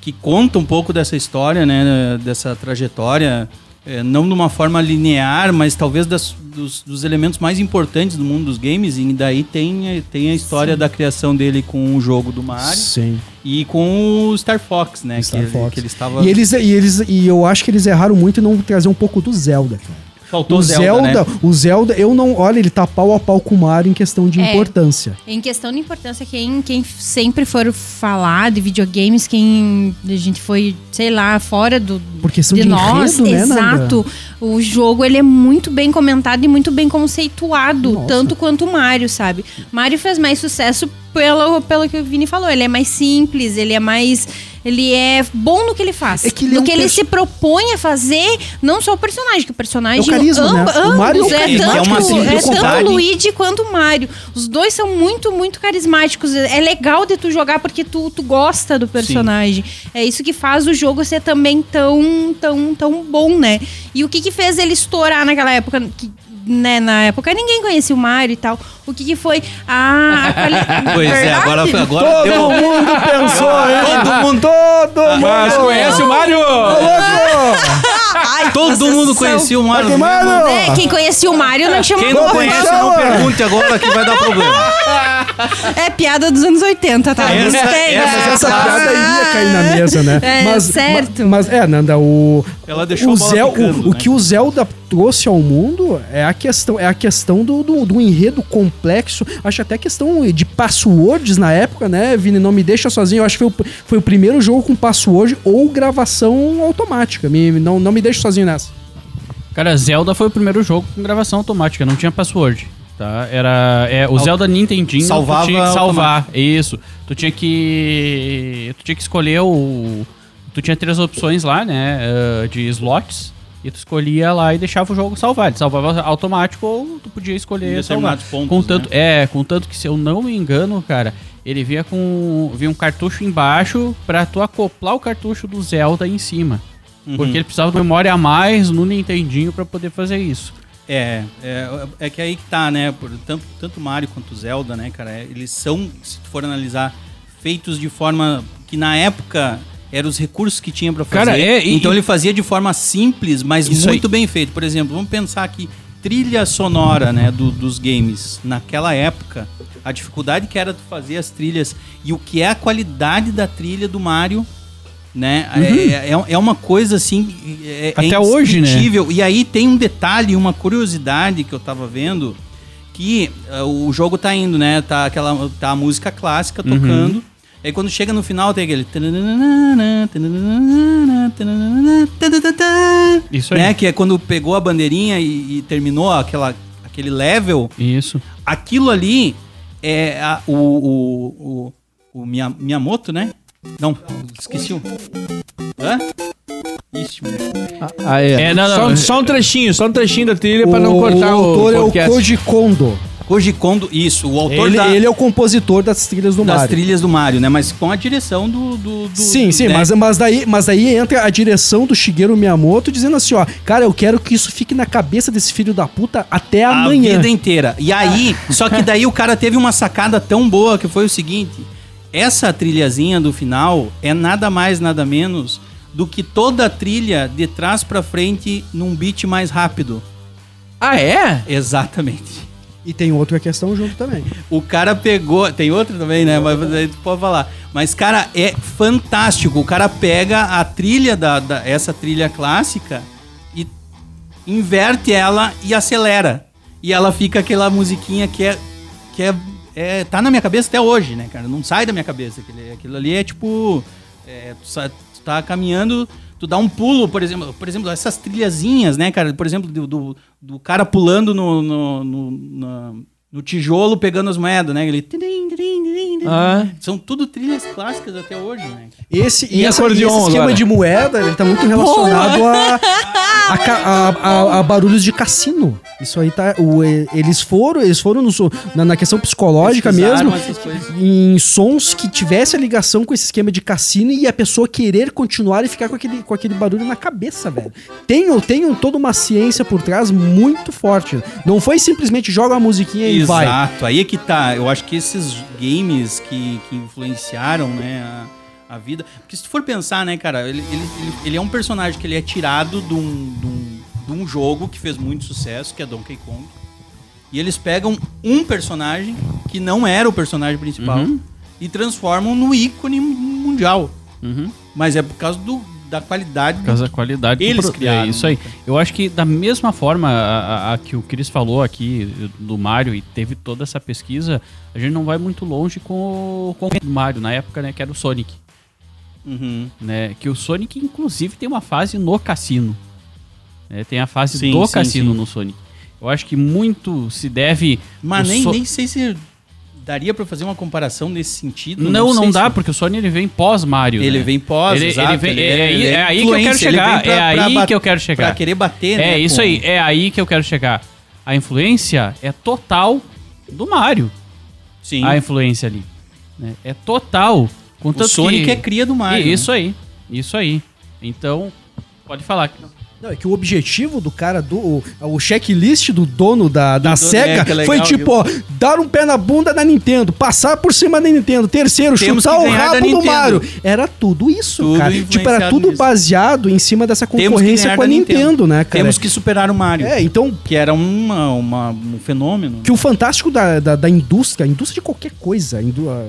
Speaker 6: que conta um pouco dessa história, né? Dessa trajetória. é, não de uma forma linear, mas talvez das- dos, dos elementos mais importantes do mundo dos games. E daí tem, a- tem a história da criação dele com o jogo do Mario
Speaker 5: Sim.
Speaker 6: e com o Star Fox, né?
Speaker 5: Star
Speaker 6: que, ele-
Speaker 5: Fox.
Speaker 6: que ele estava.
Speaker 5: E eles, e eles e eu acho que eles erraram muito em não trazer um pouco do Zelda, cara.
Speaker 6: Faltou
Speaker 5: o
Speaker 6: Zelda.
Speaker 5: Zelda,
Speaker 6: né?
Speaker 5: o Zelda, eu não, olha, ele tá pau a pau com o Mario em questão de
Speaker 7: É.
Speaker 5: importância.
Speaker 7: Em questão de importância, quem, quem sempre for falar de videogames, quem a gente foi, sei lá, fora do,
Speaker 5: Por questão
Speaker 7: de
Speaker 5: de
Speaker 7: nós,
Speaker 5: enredo, né, Nanda?
Speaker 7: exato. O jogo ele é muito bem comentado e muito bem conceituado,
Speaker 5: Nossa.
Speaker 7: tanto quanto o Mario, sabe? Mario fez mais sucesso pelo, pelo que o Vini falou, ele é mais simples, ele é mais ele é bom no que ele faz.
Speaker 5: É que ele é
Speaker 7: no
Speaker 5: um
Speaker 7: que ele
Speaker 5: perso-
Speaker 7: se propõe a fazer, não só o personagem, que o personagem
Speaker 5: É o carisma, né? O
Speaker 7: ambos
Speaker 5: Mario é o
Speaker 7: é,
Speaker 5: carisma,
Speaker 7: tanto,
Speaker 6: é uma
Speaker 7: é
Speaker 6: simplicidade.
Speaker 7: tanto o Luigi quanto o Mario. Os dois são muito, muito carismáticos. É legal de tu jogar porque tu, tu gosta do personagem. É isso que faz o jogo ser também tão, tão, tão bom, né? E o que que fez ele estourar naquela época? Que, né, na época ninguém conhecia o Mario e tal. O que que foi? Ah, a
Speaker 6: [laughs]
Speaker 7: quali-
Speaker 6: Pois é,
Speaker 7: Verdade?
Speaker 6: agora, agora deu.
Speaker 5: mundo pensou, hein?
Speaker 6: Todo mundo, Ah,
Speaker 5: Todo
Speaker 2: Mas conhece o Mario!
Speaker 7: Ai,
Speaker 6: todo
Speaker 7: vocês
Speaker 6: mundo
Speaker 7: são-
Speaker 6: conhecia o
Speaker 5: Tá
Speaker 6: Mario.
Speaker 7: É, quem conhecia o Mario não chama
Speaker 6: Quem não
Speaker 7: porra.
Speaker 6: conhece, não pergunte agora que vai dar problema.
Speaker 7: É piada dos anos 80, tá?
Speaker 6: Essa-
Speaker 7: Gostei,
Speaker 6: essa-
Speaker 7: né?
Speaker 5: Essa piada ia cair na mesa, né?
Speaker 7: É, certo.
Speaker 5: ma- Mas, é, Nanda, o.
Speaker 6: Ela deixou
Speaker 5: o,
Speaker 6: a bola
Speaker 5: Zel-
Speaker 6: picando,
Speaker 5: o, o
Speaker 6: né?
Speaker 5: que o Zelda trouxe ao mundo é a questão, é a questão do, do, do enredo complexo. Acho até questão de passwords na época, né, Vini? Não me deixa sozinho. Eu acho que foi o, foi o primeiro jogo com password ou gravação automática. Me, não, não me deixa sozinho nessa.
Speaker 4: Cara, Zelda foi o primeiro jogo com gravação automática, não tinha password. Tá? Era, é, o
Speaker 6: Au-
Speaker 4: Zelda Nintendinho,
Speaker 6: Salvava
Speaker 4: tu tinha que salvar. Isso. Tu tinha que. Tu tinha que escolher o. Tu tinha três opções lá, né? eh, de slots. E tu escolhia lá e deixava o jogo salvar. Ele salvava automático ou tu podia
Speaker 6: Em
Speaker 4: escolher salvar.
Speaker 6: determinados um pontos. né?
Speaker 4: Contanto, É, contanto que se eu não me engano, cara, ele vinha com vinha um cartucho embaixo pra tu acoplar o cartucho do Zelda em cima.
Speaker 6: Uhum.
Speaker 4: Porque ele precisava de memória a mais no Nintendinho pra poder fazer isso.
Speaker 6: É, é, é que aí que tá, né? Por- tanto, tanto Mario quanto Zelda, né, cara? é, Eles são, se tu for analisar, feitos de forma que na época eram os recursos que tinha pra fazer.
Speaker 4: Cara, é, e-
Speaker 6: então
Speaker 4: e-
Speaker 6: ele fazia de forma simples, mas
Speaker 4: Isso
Speaker 6: muito bem feito. Por exemplo, vamos pensar aqui, trilha sonora, né, do- dos games. Naquela época, a dificuldade que era tu fazer as trilhas e o que é a qualidade da trilha do Mario, né? É, é, é uma coisa assim. é- é
Speaker 4: Uhum. Até hoje, né?
Speaker 6: indescritível incrível. E aí tem um detalhe, uma curiosidade que eu tava vendo, que ah, o jogo tá indo, né? Tá aquela tá a música clássica
Speaker 4: Uhum.
Speaker 6: tocando. Aí quando chega no final tem aquele tananana, tananana, tananana, tatatata,
Speaker 4: Isso aí.
Speaker 6: né, que é quando pegou a bandeirinha e, e terminou aquela aquele level,
Speaker 4: Isso.
Speaker 6: aquilo ali é a- o, o, o, o Mia- Miyamoto, né? Não, esqueci o. Hã? Ixi, moleque.
Speaker 2: Ah, é.
Speaker 4: É, não, não.
Speaker 2: só, só um trechinho, só um trechinho da
Speaker 6: É,
Speaker 2: trilha pra não
Speaker 5: O-
Speaker 2: cortar o,
Speaker 5: o autor é o
Speaker 2: podcast.
Speaker 5: Koji Kondo.
Speaker 6: Koji Kondo, isso, o autor
Speaker 5: Ele,
Speaker 6: da-
Speaker 5: ele é o compositor das trilhas do
Speaker 6: das
Speaker 5: Mario.
Speaker 6: trilhas do Mario, né? Mas com a direção do. do- do-
Speaker 5: Sim, sim,
Speaker 6: né?
Speaker 5: mas, mas, daí, mas daí entra a direção do Shigeru Miyamoto dizendo assim, ó, cara, eu quero que isso fique na cabeça desse filho da puta até
Speaker 6: A
Speaker 5: amanhã.
Speaker 6: vida inteira. E aí, só que daí o cara teve uma sacada tão boa que foi o seguinte: essa trilhazinha do final é nada mais, nada menos do que toda a trilha de trás pra frente num beat mais rápido.
Speaker 2: Ah, é?
Speaker 6: Exatamente.
Speaker 5: E tem outra questão junto também.
Speaker 6: O cara pegou. Tem outro também, né? Mas aí tu pode falar. Mas, cara, é fantástico. O cara pega a trilha da. da- essa trilha clássica e inverte ela e acelera. E ela fica aquela musiquinha que é. Que é, é- tá na minha cabeça até hoje, né, cara? Não sai da minha cabeça. Aquilo, aquilo ali é tipo. é, tu, sa- tu tá caminhando, tu dá um pulo, por exemplo. Por exemplo, essas trilhazinhas, né, cara? Por exemplo, do, do, do cara pulando no. no, no- na- no tijolo pegando as moedas, né? Ele...
Speaker 2: Ah.
Speaker 6: São tudo trilhas clássicas até hoje, né?
Speaker 5: Esse,
Speaker 2: E
Speaker 5: essa-
Speaker 2: acordeon
Speaker 5: esse esquema
Speaker 2: agora?
Speaker 5: de moeda, ele tá muito relacionado a, a, ca- a- a- a barulhos de cassino. Isso aí tá. o- e- eles foram, eles foram no so- na, na questão psicológica
Speaker 6: Pesquisaram
Speaker 5: mesmo.
Speaker 6: essas coisas.
Speaker 5: Em sons que tivesse a ligação com esse esquema de cassino e a pessoa querer continuar e ficar com aquele, com aquele barulho na cabeça, velho. Tem, ou- tem um- toda uma ciência por trás muito forte. Não foi simplesmente joga uma musiquinha e vai.
Speaker 6: Exato, aí é que tá. Eu acho que esses games que, que influenciaram, né, a, a vida. Porque se tu for pensar, né, cara, ele, ele, ele, ele é um personagem que ele é tirado de um, de, um, de um jogo que fez muito sucesso, que é Donkey Kong. E eles pegam um personagem que não era o personagem principal e transformam no ícone mundial.
Speaker 4: Uhum.
Speaker 6: Mas é por causa do, da qualidade
Speaker 4: Por causa da qualidade do
Speaker 6: Eles
Speaker 4: pro-
Speaker 6: criaram, né,
Speaker 4: É isso aí. Eu acho que da mesma forma a, a- a que o Chris falou aqui do Mario e teve toda essa pesquisa, a gente não vai muito longe com o, com o Mario, na época, né, que era o Sonic.
Speaker 6: Uhum.
Speaker 4: né? Que o Sonic, inclusive, tem uma fase no cassino. né, Tem a fase
Speaker 6: Sim,
Speaker 4: do
Speaker 6: sim,
Speaker 4: cassino
Speaker 6: sim.
Speaker 4: no Sonic. Eu acho que muito se deve.
Speaker 6: Mas
Speaker 4: o
Speaker 6: nem,
Speaker 4: So-
Speaker 6: nem sei se daria pra fazer uma comparação nesse sentido.
Speaker 4: Não, não,
Speaker 6: sei
Speaker 4: dá,
Speaker 6: se-
Speaker 4: porque o Sonic ele vem pós-Mario.
Speaker 6: Ele
Speaker 4: né?
Speaker 6: vem pós,
Speaker 4: Ele- ele
Speaker 6: exato,
Speaker 4: vem-
Speaker 6: ele-
Speaker 4: é,
Speaker 6: ele-
Speaker 4: aí-
Speaker 6: ele
Speaker 4: é aí que eu quero
Speaker 6: influência, ele vem
Speaker 4: chegar.
Speaker 6: pra-
Speaker 4: é aí
Speaker 6: pra bat-
Speaker 4: que eu quero
Speaker 6: Pra
Speaker 4: chegar.
Speaker 6: querer bater, né?
Speaker 4: É isso
Speaker 6: com-
Speaker 4: aí, é aí que eu quero chegar. A influência é total do Mario.
Speaker 6: Sim.
Speaker 4: A influência ali. né, É total.
Speaker 6: o
Speaker 4: Contanto
Speaker 6: Sonic
Speaker 4: que...
Speaker 6: é cria do Mario. né?
Speaker 4: Isso aí. Isso aí. Então, pode
Speaker 6: [laughs]
Speaker 4: falar. [laughs]
Speaker 5: Não, é que o objetivo do cara, do, o, o checklist do dono da, da
Speaker 6: dono,
Speaker 5: SEGA
Speaker 6: é, que é legal,
Speaker 5: foi tipo, ó, dar um pé na bunda da Nintendo, passar por cima da Nintendo, terceiro,
Speaker 6: Temos
Speaker 5: chutar
Speaker 6: que
Speaker 5: o
Speaker 6: ganhar da
Speaker 5: rabo do
Speaker 6: Nintendo.
Speaker 5: Mario. Era tudo isso,
Speaker 6: Tudo
Speaker 5: cara. Tipo, era
Speaker 6: influenciado
Speaker 5: tudo
Speaker 6: nisso.
Speaker 5: baseado em cima dessa
Speaker 6: Temos que
Speaker 5: concorrência
Speaker 6: ganhar
Speaker 5: com a
Speaker 6: da
Speaker 5: Nintendo, né, cara?
Speaker 6: Temos que superar o Mario.
Speaker 5: É, então,
Speaker 6: Que era uma, uma- um fenômeno.
Speaker 5: que o fantástico da, da, da indústria, a indústria de qualquer coisa, indu- a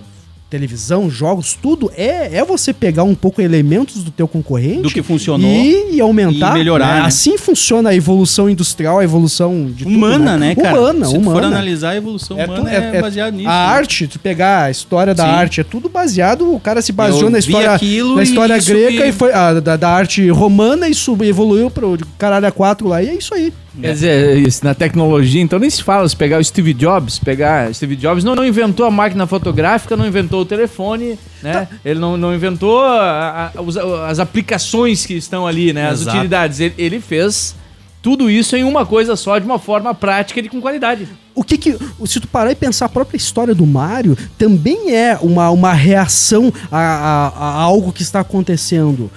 Speaker 5: televisão, jogos, tudo, é, é você pegar um pouco elementos do teu concorrente
Speaker 6: Do que funcionou.
Speaker 5: e, e aumentar.
Speaker 6: e melhorar, né?
Speaker 5: Assim funciona a evolução industrial, a evolução de tudo,
Speaker 6: humana, né, cara?
Speaker 5: Humana,
Speaker 6: Se tu for
Speaker 5: humana.
Speaker 6: analisar a evolução
Speaker 5: É
Speaker 6: humana,
Speaker 5: tudo-
Speaker 6: é,
Speaker 5: é- é-
Speaker 6: baseado nisso.
Speaker 5: a
Speaker 6: né?
Speaker 5: arte, tu pegar a história da
Speaker 6: Sim.
Speaker 5: arte, é tudo baseado, o cara se baseou
Speaker 6: Eu
Speaker 5: na
Speaker 6: vi
Speaker 5: história,
Speaker 6: aquilo
Speaker 5: na
Speaker 6: e
Speaker 5: história
Speaker 6: isso
Speaker 5: grega ah,
Speaker 6: que-
Speaker 5: e foi a, da, da arte romana e sub, evoluiu pro de caralho a quatro lá, e é isso aí.
Speaker 2: Quer dizer, isso, na tecnologia, então nem se fala, se pegar o Steve Jobs, pegar Steve Jobs não, não inventou a máquina fotográfica, não inventou o telefone, né? Ele não, não inventou a- a- os- as aplicações que estão ali, né? As
Speaker 6: Exato.
Speaker 2: utilidades. Ele, ele fez tudo isso em uma coisa só, de uma forma prática e com qualidade.
Speaker 5: O que que. Se tu parar e pensar, a própria história do Mario também é uma, uma reação a, a- a algo que está acontecendo.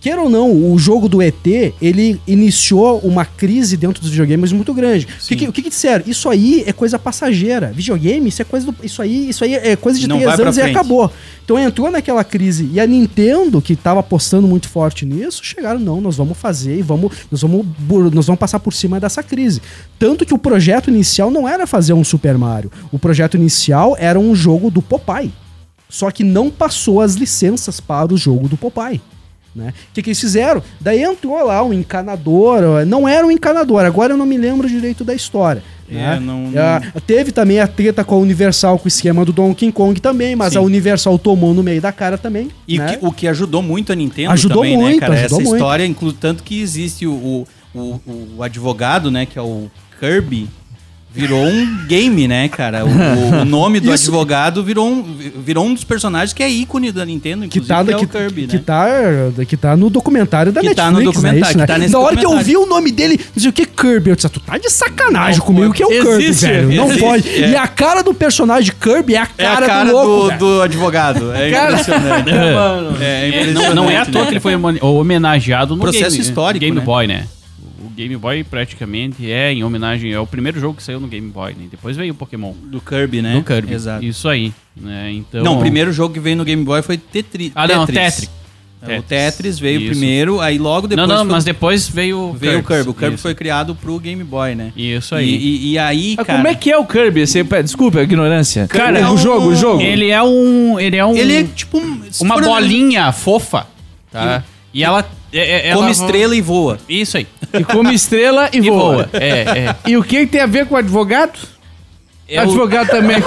Speaker 5: Queira ou não, o jogo do ET, ele iniciou uma crise dentro dos videogames muito grande. O que, que- o que que disseram? Isso aí é coisa passageira. Videogame, isso é coisa do, isso aí, isso aí é coisa de
Speaker 6: Não
Speaker 5: três
Speaker 6: vai pra
Speaker 5: anos e
Speaker 6: frente.
Speaker 5: acabou. Então entrou naquela crise e a Nintendo, que estava apostando muito forte nisso, chegaram, não, nós vamos fazer e vamos, nós vamos, bur- nós vamos passar por cima dessa crise. Tanto que o projeto inicial não era fazer um Super Mario. O projeto inicial era um jogo do Popeye. Só que não passou as licenças para o jogo do Popeye. Né? O que, que eles fizeram? Daí entrou lá um encanador, ó, não era um encanador, agora eu não me lembro direito da história. né?
Speaker 6: É, não-
Speaker 5: Ah, teve também a treta com a Universal, com o esquema do Donkey Kong também, mas
Speaker 6: Sim.
Speaker 5: a Universal tomou no meio da cara também.
Speaker 6: E
Speaker 5: né?
Speaker 6: o que- o que ajudou muito a Nintendo
Speaker 5: Ajudou
Speaker 6: também,
Speaker 5: muito,
Speaker 6: né, cara?
Speaker 5: ajudou
Speaker 6: Essa
Speaker 5: muito.
Speaker 6: história, inclu- tanto que existe o, o, o- o advogado, né, que é o Kirby,
Speaker 5: [laughs]
Speaker 6: virou um game, né, cara? O, o- o nome do
Speaker 5: Isso.
Speaker 6: advogado virou um, virou um dos personagens que é ícone da Nintendo,
Speaker 5: Que
Speaker 6: inclusive,
Speaker 5: tá,
Speaker 6: que é
Speaker 5: que,
Speaker 6: o Kirby,
Speaker 5: que
Speaker 6: né?
Speaker 5: tá, que tá no documentário da
Speaker 6: Que
Speaker 5: Netflix,
Speaker 6: tá no documentário,
Speaker 5: né? Isso,
Speaker 6: que
Speaker 5: né?
Speaker 6: tá nesse
Speaker 5: Na hora que eu vi
Speaker 6: documentário.
Speaker 5: o nome dele, dizia o que Kirby? Eu disse, ah, tu tá de sacanagem comigo que é o Kirby,
Speaker 2: Existe,
Speaker 5: velho. Não
Speaker 6: existe,
Speaker 5: pode.
Speaker 6: é.
Speaker 5: E a cara do personagem Kirby é a
Speaker 6: É a
Speaker 5: cara,
Speaker 6: cara,
Speaker 5: do louco,
Speaker 6: do,
Speaker 5: velho.
Speaker 6: do
Speaker 5: [laughs]
Speaker 6: advogado. É impressionante.
Speaker 2: Mano.
Speaker 6: É
Speaker 4: É, não,
Speaker 6: impressionante.
Speaker 4: não é à toa
Speaker 6: né,
Speaker 4: que ele foi homen- homenageado no
Speaker 6: Processo
Speaker 4: game,
Speaker 6: histórico,
Speaker 4: Game
Speaker 6: né?
Speaker 4: Boy, né? O Game Boy praticamente é em homenagem, é o primeiro jogo que saiu no Game Boy, né? Depois veio o Pokémon.
Speaker 6: Do Kirby, né?
Speaker 4: No Kirby.
Speaker 6: Exato.
Speaker 4: Isso aí. Né? Então,
Speaker 6: Não, o primeiro jogo que veio no Game Boy foi Tetri
Speaker 4: Ah, não,
Speaker 6: Tetris. É,
Speaker 4: Tetris.
Speaker 6: O Tetris veio
Speaker 4: Isso.
Speaker 6: primeiro, aí logo
Speaker 4: Não,
Speaker 6: depois
Speaker 4: não,
Speaker 6: foi-
Speaker 4: mas depois veio o
Speaker 6: veio o Kirby. O Kirby
Speaker 4: Isso.
Speaker 6: foi criado pro Game Boy, né?
Speaker 4: Isso aí.
Speaker 6: E, e- e aí,
Speaker 2: Mas
Speaker 6: cara...
Speaker 2: como é que é o Kirby? Esse- pera, desculpa a ignorância.
Speaker 5: é,
Speaker 6: Cara, é
Speaker 2: o jogo, o jogo.
Speaker 4: Ele é um. Ele é um.
Speaker 6: Ele é tipo... um- se
Speaker 4: uma
Speaker 6: for-
Speaker 4: bolinha fofa. Tá? E ela. é- é-
Speaker 6: Come
Speaker 4: ela-
Speaker 6: estrela e voa.
Speaker 4: Isso aí.
Speaker 2: E come estrela e,
Speaker 4: E
Speaker 2: voa.
Speaker 4: boa. É, é.
Speaker 2: E o que tem a ver com o advogado?
Speaker 4: É o-
Speaker 2: advogado também.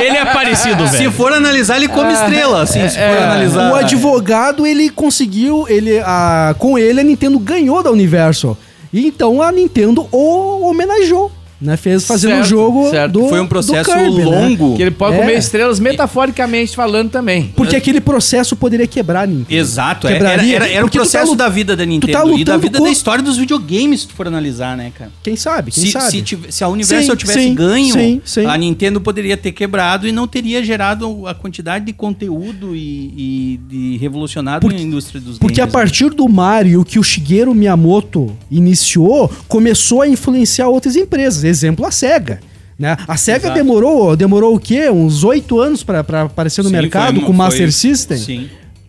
Speaker 4: Ele é [laughs] parecido,
Speaker 6: Se
Speaker 4: velho.
Speaker 6: for analisar, ele come estrela, assim, se for analisar.
Speaker 5: O advogado, ele conseguiu, ele, a, com ele, a Nintendo ganhou da Universal. E então a Nintendo o homenageou, né? Fez fazendo o
Speaker 2: Certo,
Speaker 5: jogo
Speaker 2: certo.
Speaker 5: do
Speaker 6: Foi um
Speaker 5: do
Speaker 6: processo
Speaker 5: Kirby, né?
Speaker 6: longo.
Speaker 2: Que ele pode
Speaker 5: É.
Speaker 2: comer estrelas metaforicamente falando também.
Speaker 5: Porque aquele processo poderia quebrar a Nintendo.
Speaker 6: Exato, é, era,
Speaker 5: Quebraria.
Speaker 6: era, era o
Speaker 5: Porque tu tá
Speaker 6: processo
Speaker 5: lu-
Speaker 6: da vida da Nintendo e da
Speaker 5: lutando
Speaker 6: vida
Speaker 5: com-
Speaker 6: da história dos videogames, se tu for analisar, né, cara?
Speaker 5: Quem sabe, quem
Speaker 6: Se,
Speaker 5: sabe.
Speaker 6: se tive- se a Universal
Speaker 5: Sim,
Speaker 6: tivesse
Speaker 5: sim,
Speaker 6: ganho,
Speaker 5: sim, sim.
Speaker 6: a Nintendo poderia ter quebrado e não teria gerado a quantidade de conteúdo e, e de revolucionado na indústria dos
Speaker 5: Porque a
Speaker 6: games. né?
Speaker 5: partir do Mario que o Shigeru Miyamoto iniciou, começou a influenciar outras empresas. Exemplo, a SEGA. Né? A SEGA
Speaker 6: Exato.
Speaker 5: demorou, demorou o quê? Uns oito anos pra pra aparecer no
Speaker 6: Sim,
Speaker 5: mercado
Speaker 6: foi-
Speaker 5: com o Master
Speaker 6: foi-
Speaker 5: System?
Speaker 6: Sim.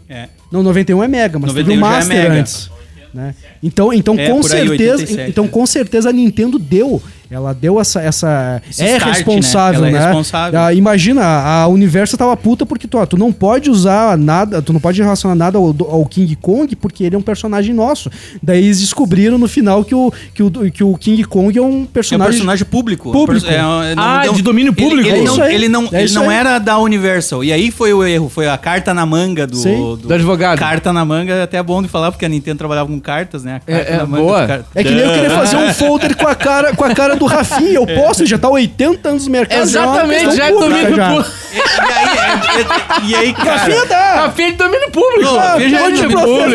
Speaker 6: É.
Speaker 5: Não, 91 é Mega, mas teve o
Speaker 6: 91 já é
Speaker 5: Master
Speaker 6: Mega.
Speaker 5: antes. Né? Então, então,
Speaker 6: É,
Speaker 5: com
Speaker 6: por aí,
Speaker 5: certeza,
Speaker 6: 87,
Speaker 5: então
Speaker 6: né?
Speaker 5: com certeza a Nintendo deu. Ela deu essa. essa
Speaker 6: Esse
Speaker 5: é
Speaker 6: start, né?
Speaker 5: responsável,
Speaker 6: Ela
Speaker 5: né?
Speaker 6: é responsável.
Speaker 5: Ah, imagina, a Universo tava puta porque tu, ó, tu não pode usar nada, tu não pode relacionar nada ao, do- ao King Kong porque ele é um personagem nosso. Daí eles descobriram no final que o, que o, que o King Kong é um
Speaker 6: É um
Speaker 5: personagem.
Speaker 6: personagem público.
Speaker 5: Público.
Speaker 6: É, é, não-
Speaker 2: Ah,
Speaker 6: não-
Speaker 2: de domínio
Speaker 6: ele-
Speaker 2: público.
Speaker 6: Ele,
Speaker 5: É isso
Speaker 6: não,
Speaker 5: aí.
Speaker 6: ele não,
Speaker 5: É
Speaker 6: ele
Speaker 5: isso
Speaker 6: não
Speaker 5: aí.
Speaker 6: era da Universal. E aí foi o erro, foi a carta na manga do...
Speaker 5: Sim,
Speaker 2: do advogado.
Speaker 6: Carta na manga é até bom de falar, porque a Nintendo trabalhava com cartas, né? A
Speaker 2: É,
Speaker 6: carta
Speaker 2: é,
Speaker 6: na manga
Speaker 2: boa.
Speaker 6: do cara-
Speaker 5: É que nem eu querer fazer um folder com a cara, com a cara do Rafinha.
Speaker 6: É.
Speaker 5: Eu posso, ele já tá 80 anos no mercado.
Speaker 2: Exatamente, já é domínio público.
Speaker 6: E, e aí, é- é- e aí, cara...
Speaker 5: Rafinha dá!
Speaker 2: [laughs] A filha de domínio público.
Speaker 6: Não,
Speaker 2: Ah,
Speaker 6: veja
Speaker 2: domínio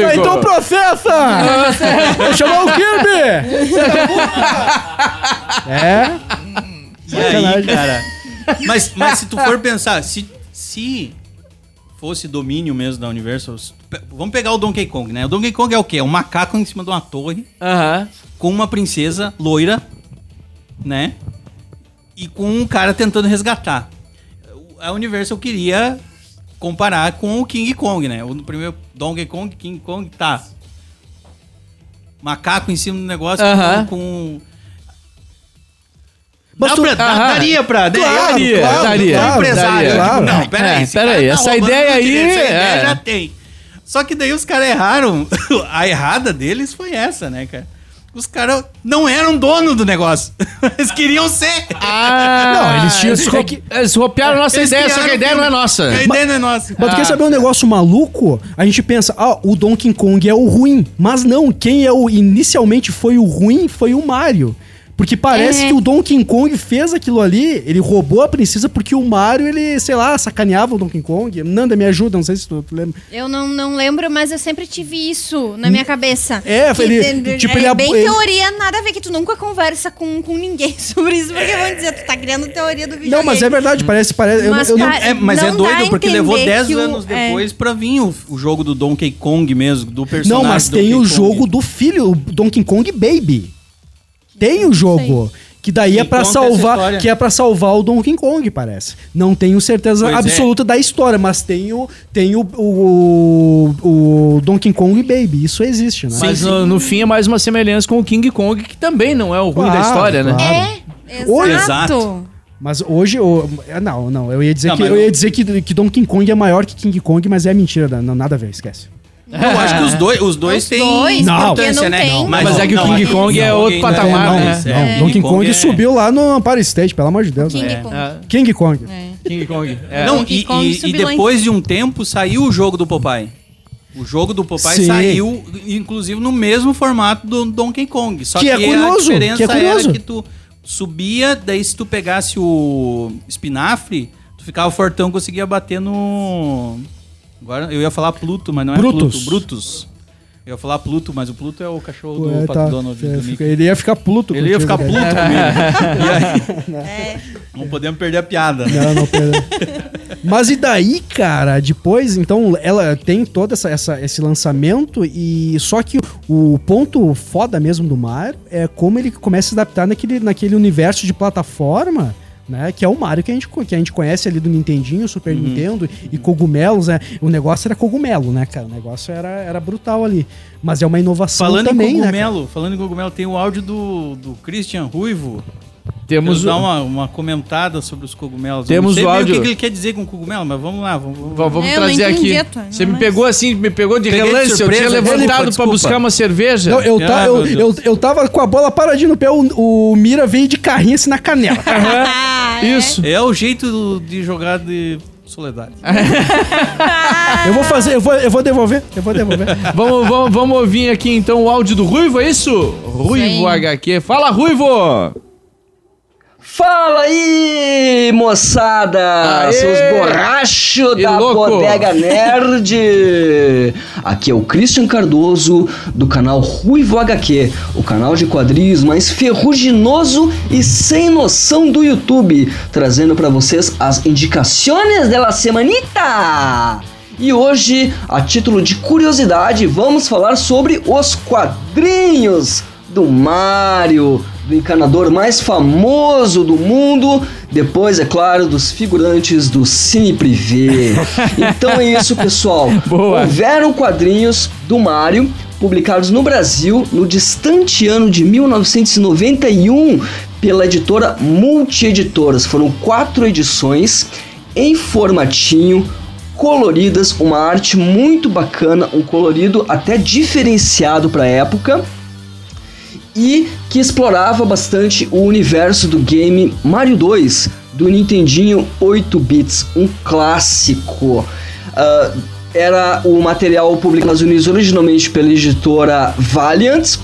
Speaker 6: aí,
Speaker 5: então Processa,
Speaker 2: público.
Speaker 5: então processa! Vou chamar o
Speaker 6: [laughs]
Speaker 5: Kirby! é,
Speaker 6: E aí,
Speaker 5: Sacanagem.
Speaker 6: cara. Mas, mas se tu for pensar, se, se fosse domínio mesmo da Universal. se tu pe- Vamos pegar o Donkey Kong, né? O Donkey Kong é o quê? É um macaco em cima de uma torre
Speaker 2: Aham.
Speaker 6: com uma princesa loira, né? E com um cara tentando resgatar. A Universal queria comparar com o King Kong, né? O primeiro Donkey Kong, King Kong, tá. Macaco em cima do negócio
Speaker 2: Aham.
Speaker 6: com. com-
Speaker 5: Mas
Speaker 6: Dá
Speaker 5: tu-
Speaker 6: pra- dá-
Speaker 2: aham.
Speaker 6: daria pra.
Speaker 5: Claro,
Speaker 2: Daria,
Speaker 5: claro,
Speaker 2: daria.
Speaker 5: claro,
Speaker 6: O empresário.
Speaker 5: daria.
Speaker 6: tipo,
Speaker 5: claro.
Speaker 6: Não, pera aí.
Speaker 2: É,
Speaker 6: esse
Speaker 2: pera
Speaker 6: cara
Speaker 2: aí,
Speaker 6: tá
Speaker 2: essa
Speaker 6: roubando
Speaker 2: ideia
Speaker 6: o
Speaker 2: aí,
Speaker 6: direito, Essa ideia
Speaker 2: é.
Speaker 6: já [laughs] tem. Só que daí os caras erraram. A errada deles foi essa, né, cara? os caras não eram dono do negócio. [laughs] Eles queriam ser.
Speaker 2: Ah,
Speaker 5: Não, eles tinham-
Speaker 2: Eles, ro-
Speaker 5: é que-
Speaker 2: eles roupearam a nossa
Speaker 6: Eles
Speaker 2: ideia, só
Speaker 6: criaram
Speaker 2: que a ideia
Speaker 6: filme.
Speaker 2: não é nossa.
Speaker 6: A ideia não é nossa.
Speaker 5: Mas tu
Speaker 2: Ah.
Speaker 5: quer saber um negócio maluco? A gente pensa, ah, o Donkey Kong é o ruim. Mas não, quem é o inicialmente foi o ruim foi o Mario. Porque parece
Speaker 7: É.
Speaker 5: que o Donkey Kong fez aquilo ali, ele roubou a princesa porque o Mario, ele, sei lá, sacaneava o Donkey Kong. Nanda, me ajuda, não sei se tu, tu lembra.
Speaker 7: Eu não, não lembro, mas eu sempre tive isso na minha cabeça.
Speaker 5: É,
Speaker 7: Que
Speaker 5: ele-
Speaker 7: tem-
Speaker 5: tipo,
Speaker 7: é
Speaker 5: ele
Speaker 7: bem
Speaker 5: abo- ele-
Speaker 7: teoria, nada a ver que tu nunca conversa com, com ninguém [laughs] sobre isso, porque vão dizer, tu tá criando teoria do videogame.
Speaker 5: Não, mas é verdade, parece, parece. eu não-
Speaker 7: Mas
Speaker 5: eu não-
Speaker 7: cara,
Speaker 6: É, mas
Speaker 7: Não
Speaker 6: é
Speaker 7: dá
Speaker 6: doido,
Speaker 7: a
Speaker 6: porque levou
Speaker 7: entender
Speaker 6: 10
Speaker 7: que o-
Speaker 6: anos
Speaker 7: é.
Speaker 6: depois pra vir o, o jogo do Donkey Kong mesmo, do personagem.
Speaker 5: Não, mas
Speaker 6: Donkey
Speaker 5: tem o
Speaker 6: Kong.
Speaker 5: jogo do filho, o Donkey Kong Baby. Tem o jogo. Que daí é
Speaker 6: Que
Speaker 5: pra
Speaker 6: conta essa
Speaker 5: salvar,
Speaker 6: história.
Speaker 5: que é para salvar o Donkey Kong, parece. Não tenho certeza
Speaker 6: Pois é.
Speaker 5: absoluta da história, mas tem o tem o, o, o Donkey Kong Baby, isso existe, né?
Speaker 2: Mas no, no fim é mais uma semelhança com o King Kong, que também não é o ruim
Speaker 5: Claro,
Speaker 2: da história, né?
Speaker 5: claro.
Speaker 7: É,
Speaker 5: Olha-
Speaker 7: exato.
Speaker 5: Mas hoje o- é, não, não, eu ia dizer
Speaker 6: Não,
Speaker 5: que
Speaker 6: mas
Speaker 5: eu
Speaker 6: não-
Speaker 5: ia dizer que, que Donkey Kong é maior que King Kong, mas é mentira, não, nada a ver, esquece.
Speaker 6: Eu É. acho que os dois, os dois
Speaker 7: Os
Speaker 6: têm
Speaker 7: dois,
Speaker 5: Não. porque
Speaker 6: importância,
Speaker 7: não
Speaker 6: né?
Speaker 7: tem.
Speaker 2: Mas é que o King
Speaker 6: acho
Speaker 2: Kong é
Speaker 6: Donkey
Speaker 2: outro
Speaker 6: não
Speaker 2: patamar,
Speaker 5: não,
Speaker 2: né?
Speaker 5: não,
Speaker 6: É,
Speaker 5: Donkey
Speaker 6: King
Speaker 5: Kong,
Speaker 6: é-
Speaker 5: subiu lá no Empire State, pelo amor de Deus.
Speaker 7: King
Speaker 5: né?
Speaker 7: Kong.
Speaker 2: É,
Speaker 5: King Kong.
Speaker 2: King Kong. é.
Speaker 6: Não,
Speaker 7: Donkey
Speaker 6: e,
Speaker 7: Kong
Speaker 6: e- e
Speaker 7: subiu lá em
Speaker 6: depois de um tempo saiu o jogo do Popeye. O jogo do Popeye
Speaker 5: Sim.
Speaker 6: saiu, inclusive, no mesmo formato do Donkey Kong. Só
Speaker 5: Que
Speaker 6: que,
Speaker 5: é curioso,
Speaker 6: a diferença
Speaker 5: que é curioso.
Speaker 6: era que tu subia, daí se tu pegasse o espinafre, tu ficava fortão, conseguia bater no... Agora, eu ia falar Pluto, mas não é
Speaker 5: Brutus.
Speaker 6: Pluto, Brutus. Eu ia falar Pluto, mas o Pluto é o cachorro
Speaker 5: Pô,
Speaker 6: do
Speaker 5: é,
Speaker 6: Pato
Speaker 5: tá.
Speaker 6: Donald. do
Speaker 5: É,
Speaker 6: Mickey.
Speaker 5: fica- ele ia ficar puto.
Speaker 6: Ele ia
Speaker 5: contigo,
Speaker 6: ficar
Speaker 5: cara.
Speaker 6: Pluto
Speaker 7: [laughs]
Speaker 5: [laughs]
Speaker 6: comigo. E aí,
Speaker 7: É.
Speaker 6: não podemos perder a piada, né?
Speaker 5: Ah, Não, não,
Speaker 6: [laughs]
Speaker 5: pera. Mas e daí, cara? Depois, então, ela tem todo essa, essa- esse lançamento e só que o ponto foda mesmo do Mario é como ele começa a se adaptar naquele, naquele universo de plataforma. Né, que é o Mario que a, gente, co- que a gente conhece ali do Nintendinho, Super
Speaker 6: Uhum.
Speaker 5: Nintendo e cogumelos, né? O negócio era cogumelo, né, cara? O negócio era, era brutal ali. Mas é uma inovação
Speaker 6: Falando
Speaker 5: também,
Speaker 6: em
Speaker 5: né? cara?
Speaker 6: cogumelo, falando em cogumelo, tem o áudio do, do Christian Ruivo. Vamos
Speaker 2: Temos
Speaker 6: dar
Speaker 2: o-
Speaker 6: uma, uma comentada sobre os cogumelos. Eu
Speaker 2: Temos
Speaker 6: não sei
Speaker 2: o
Speaker 6: bem
Speaker 2: áudio.
Speaker 6: o que que ele quer dizer com cogumelo, mas vamos lá. Vamos, vamos-
Speaker 2: Vamos, vamos
Speaker 7: É, eu não
Speaker 2: trazer
Speaker 7: entendi,
Speaker 2: aqui.
Speaker 7: Antônio,
Speaker 2: Você me
Speaker 7: mas-
Speaker 2: pegou assim, me pegou de
Speaker 6: Peguei de
Speaker 2: relance. eu tinha
Speaker 6: surpresa, desculpa,
Speaker 2: levantado pra
Speaker 6: desculpa.
Speaker 2: buscar uma cerveja.
Speaker 5: Não, eu,
Speaker 6: Ah,
Speaker 5: tá, eu,
Speaker 6: meu
Speaker 5: eu,
Speaker 6: Deus.
Speaker 5: eu tava com a bola paradinha no pé, o, o Mira veio de carrinho assim na [laughs] canela.
Speaker 7: Ah, é.
Speaker 2: Isso.
Speaker 6: É o jeito de jogar de
Speaker 2: [laughs]
Speaker 6: soledade.
Speaker 5: eu vou fazer, eu vou, eu vou devolver, eu vou devolver.
Speaker 2: vamos, vamos, vamos ouvir aqui então o áudio do Ruivo, é isso? Ruivo
Speaker 7: Sim.
Speaker 2: HQ. Fala, Ruivo!
Speaker 1: Fala aí, moçada!
Speaker 2: Aê!
Speaker 1: Ah, Seus borrachos
Speaker 2: E
Speaker 1: da
Speaker 2: louco!
Speaker 1: Bodega Nerd! Aqui é o Christian Cardoso do canal Ruivo HQ, o canal de quadrinhos mais ferruginoso e sem noção do YouTube, trazendo pra vocês as indicações da semanita! E hoje, a título de curiosidade, vamos falar sobre os quadrinhos do Mario, do encanador mais famoso do mundo, depois, é claro, dos figurantes do Cine Privé. Então é isso, pessoal.
Speaker 2: Boa.
Speaker 1: Houveram quadrinhos do Mario publicados no Brasil no distante ano de 1991 pela editora Multieditoras. Foram quatro edições em formatinho coloridas, uma arte muito bacana, um colorido até diferenciado para a época e que explorava bastante o universo do game Mario 2 do Nintendinho 8 bits, um clássico. Ah, era o material publicado nos Estados Unidos originalmente pela editora Valiant,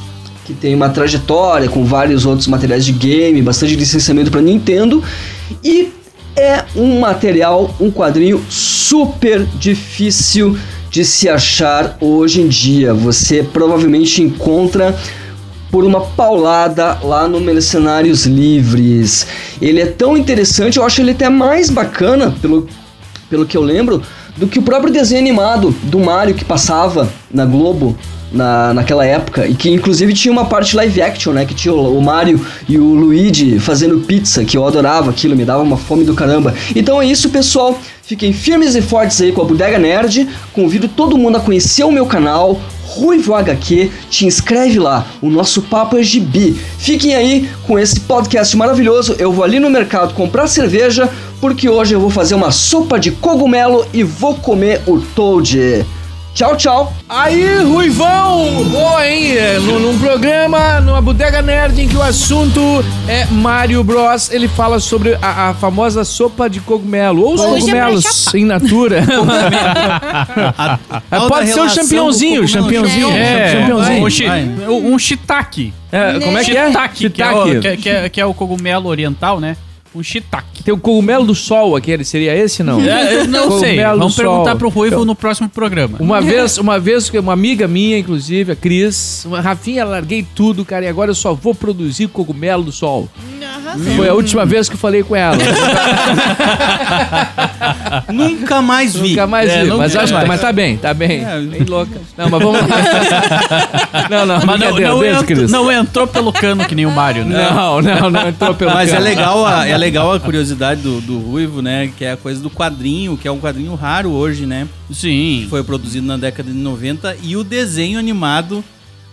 Speaker 1: que tem uma trajetória com vários outros materiais de game, bastante licenciamento para Nintendo e é um material, um quadrinho super difícil de se achar hoje em dia. Você provavelmente encontra por uma paulada lá no Mercenários Livres. Ele é tão interessante, eu acho ele até mais bacana, pelo, pelo que eu lembro, do que o próprio desenho animado do Mario que passava na Globo na, naquela época. E que inclusive tinha uma parte live action, né? Que tinha o, o Mario e o Luigi fazendo pizza, que eu adorava aquilo, me dava uma fome do caramba. Então é isso, pessoal. Fiquem firmes e fortes aí com a Bodega Nerd. Convido todo mundo a conhecer o meu canal, Ruivo HQ. Te inscreve lá, o nosso papo é gibi. Fiquem aí com esse podcast maravilhoso. Eu vou ali no mercado comprar cerveja, porque hoje eu vou fazer uma sopa de cogumelo e vou comer o Toad. Tchau, tchau.
Speaker 2: Aí, Ruivão! Boa, hein? É, Num, num programa, numa bodega nerd, em que o assunto é Mario Bros. Ele fala sobre a, a famosa sopa de [laughs] cogumelo. Ou os
Speaker 7: Hoje é
Speaker 2: cogumelos em natura. [laughs] É, pode ser o championzinho, championzinho.
Speaker 4: É,
Speaker 2: championzinho.
Speaker 4: um, shi- um shiitake.
Speaker 2: É, como é que é?
Speaker 4: Shiitake, que é,
Speaker 2: Shiitake.
Speaker 4: o, que, que é, que é o cogumelo oriental, né? Um shiitake.
Speaker 2: Tem o cogumelo do sol aquele, seria esse
Speaker 5: [laughs]
Speaker 2: não?
Speaker 4: É, eu não sei,
Speaker 2: Cogumelo do
Speaker 4: vamos perguntar
Speaker 2: sol.
Speaker 4: pro Ruivo no próximo programa.
Speaker 2: Uma vez, uma vez, que uma amiga minha, inclusive, a Cris, uma Rafinha, larguei tudo, cara, e agora eu só vou produzir cogumelo do sol. Foi a última vez que eu falei com ela.
Speaker 6: Nunca mais vi.
Speaker 2: Nunca mais
Speaker 4: É,
Speaker 2: vi,
Speaker 4: nunca
Speaker 2: mas, acho,
Speaker 4: mais.
Speaker 2: mas tá bem, tá bem.
Speaker 6: É,
Speaker 2: bem louca. Não, mas vamos. não, não,
Speaker 4: Mas não,
Speaker 2: brincadeira,
Speaker 4: não,
Speaker 2: beijo,
Speaker 4: ent-
Speaker 2: Cris.
Speaker 4: não entrou pelo cano que nem o Mario, né?
Speaker 2: não, não,
Speaker 4: [laughs]
Speaker 2: não entrou pelo
Speaker 6: é, Mas é
Speaker 2: cano.
Speaker 6: legal, a, é legal a curiosidade do, do Ruivo, né? Que é a coisa do quadrinho, que é um quadrinho raro hoje, né? Que
Speaker 4: Sim.
Speaker 6: foi produzido na década de 90 e o desenho animado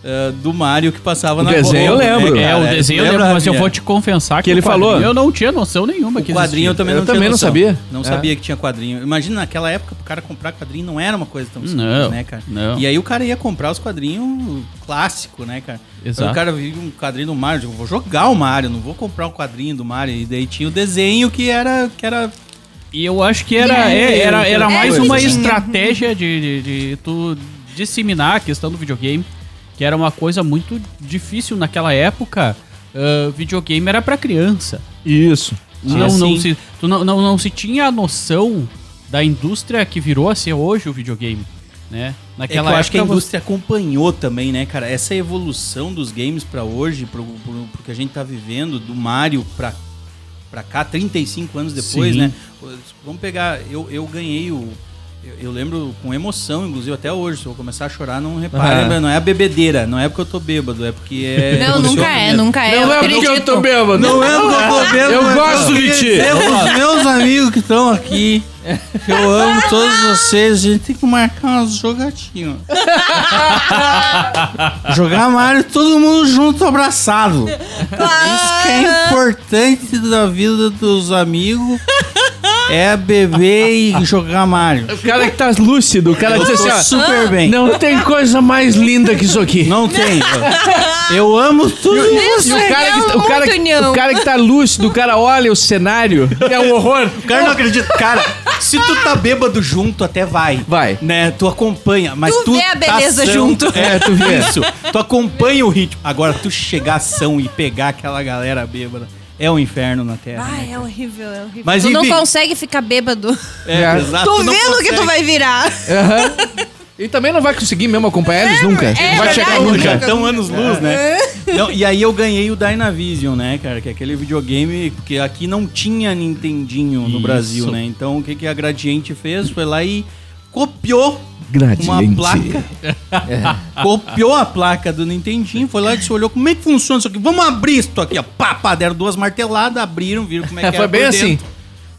Speaker 6: eh, do Mario que passava na
Speaker 2: desenho eu
Speaker 6: Globo,
Speaker 2: lembro.
Speaker 6: né,
Speaker 4: É,
Speaker 6: cara?
Speaker 4: o desenho, eu
Speaker 6: Lembra,
Speaker 4: lembro, mas eu
Speaker 6: Rafinha?
Speaker 4: vou te confessar que,
Speaker 2: Que ele
Speaker 4: o quadrinho
Speaker 2: falou.
Speaker 4: Eu não tinha noção nenhuma que
Speaker 6: O quadrinho eu
Speaker 4: existia.
Speaker 6: também
Speaker 2: Eu
Speaker 6: não tinha
Speaker 2: também não
Speaker 6: noção.
Speaker 2: sabia.
Speaker 6: Não
Speaker 2: É.
Speaker 6: sabia que tinha quadrinho. Imagina, naquela época, pro cara comprar quadrinho não era uma coisa tão simples,
Speaker 4: Não,
Speaker 6: né, cara?
Speaker 4: não.
Speaker 6: E aí o cara ia comprar os quadrinhos clássicos, né, cara?
Speaker 4: Exato.
Speaker 6: Aí o cara viu um quadrinho do Mario, eu digo, vou jogar o Mario, não vou comprar um quadrinho do Mario. E daí tinha o desenho que era... Que era
Speaker 4: E eu acho que era, é, era, era
Speaker 7: É,
Speaker 4: mais
Speaker 7: coisa,
Speaker 4: uma
Speaker 7: né?
Speaker 4: estratégia de, de, de tu disseminar a questão do videogame, que era uma coisa muito difícil naquela época. Ah, videogame era pra criança.
Speaker 2: Isso.
Speaker 4: não, não
Speaker 6: sim.
Speaker 4: se, tu não, não, não se tinha a noção da indústria que virou a ser hoje o videogame, né?
Speaker 6: é que eu
Speaker 4: Naquela
Speaker 6: acho que a
Speaker 4: época
Speaker 6: indústria acompanhou também, né, cara? Essa evolução dos games pra hoje, pro, pro, pro que a gente tá vivendo, do Mario pra, pra cá, 35 anos depois,
Speaker 4: Sim.
Speaker 6: né? Vamos pegar, eu, eu ganhei o. Eu, eu lembro com emoção, inclusive até hoje, se eu começar a chorar, não repara,
Speaker 2: Aham.
Speaker 6: lembra? não é a bebedeira, não é porque eu tô bêbado, é porque é.
Speaker 7: Não, nunca
Speaker 6: emociona
Speaker 7: é,
Speaker 6: mesmo.
Speaker 7: nunca é.
Speaker 2: Não
Speaker 7: eu
Speaker 2: é porque eu
Speaker 7: acredito.
Speaker 2: tô bêbado.
Speaker 6: Não é porque eu tô bêbado.
Speaker 2: Eu
Speaker 6: mas
Speaker 2: gosto de ti.
Speaker 6: Eu os meus amigos que estão aqui. Eu amo todos vocês. A gente tem que marcar umas
Speaker 2: [laughs]
Speaker 6: jogatinhas. Jogar Mario todo mundo junto, abraçado. Isso que é importante da vida dos amigos. É beber e jogar Mario.
Speaker 2: O cara que tá lúcido, o cara
Speaker 6: Eu
Speaker 2: diz assim,
Speaker 6: tô
Speaker 2: ó.
Speaker 6: super bem. Não,
Speaker 2: Não tem coisa mais linda que isso aqui. [laughs]
Speaker 6: tem. Eu amo tudo
Speaker 2: E
Speaker 6: isso.
Speaker 7: é
Speaker 2: o cara, que, tá,
Speaker 7: Não,
Speaker 2: o, cara
Speaker 7: muito
Speaker 2: que,
Speaker 7: não.
Speaker 2: o cara que tá lúcido, o cara olha o cenário, é um horror.
Speaker 6: O cara não acredita. Cara, se tu tá bêbado junto, até vai.
Speaker 2: Vai.
Speaker 6: Né? Tu acompanha, mas tu.
Speaker 7: Tu vê a
Speaker 6: tá
Speaker 7: beleza
Speaker 6: são-
Speaker 7: junto.
Speaker 6: É, tu vê isso. Tu acompanha o ritmo. Agora, tu chegar são e pegar aquela galera bêbada. É um inferno na Terra.
Speaker 7: Ah,
Speaker 6: né?
Speaker 7: é horrível, é horrível.
Speaker 6: Mas
Speaker 7: tu não
Speaker 6: enfim.
Speaker 7: consegue ficar bêbado.
Speaker 2: É.
Speaker 6: exato.
Speaker 7: Tô
Speaker 6: tu não
Speaker 7: vendo que tu
Speaker 6: consegue.
Speaker 7: vai virar.
Speaker 2: Aham. E também não vai conseguir mesmo acompanhar eles nunca.
Speaker 7: é
Speaker 2: não vai chegar
Speaker 7: verdade. É.
Speaker 2: nunca.
Speaker 6: Já estão anos luz, né? Não, e aí eu ganhei o Dynavision, né, cara? Que é aquele videogame, porque aqui não tinha Nintendinho no
Speaker 4: Isso.
Speaker 6: Brasil, né? Então o que, que a Gradiente fez? Foi lá e copiou uma
Speaker 2: Gradiente. É.
Speaker 6: placa. [laughs] Copiou a placa do Nintendinho, foi lá e disse, olhou como é que funciona isso aqui. Vamos abrir isso aqui, ó. Pá, pá, deram duas marteladas, abriram, viram
Speaker 2: [laughs]
Speaker 6: como é que
Speaker 2: É,
Speaker 6: era
Speaker 2: foi
Speaker 6: por
Speaker 2: bem
Speaker 6: dentro.
Speaker 2: assim.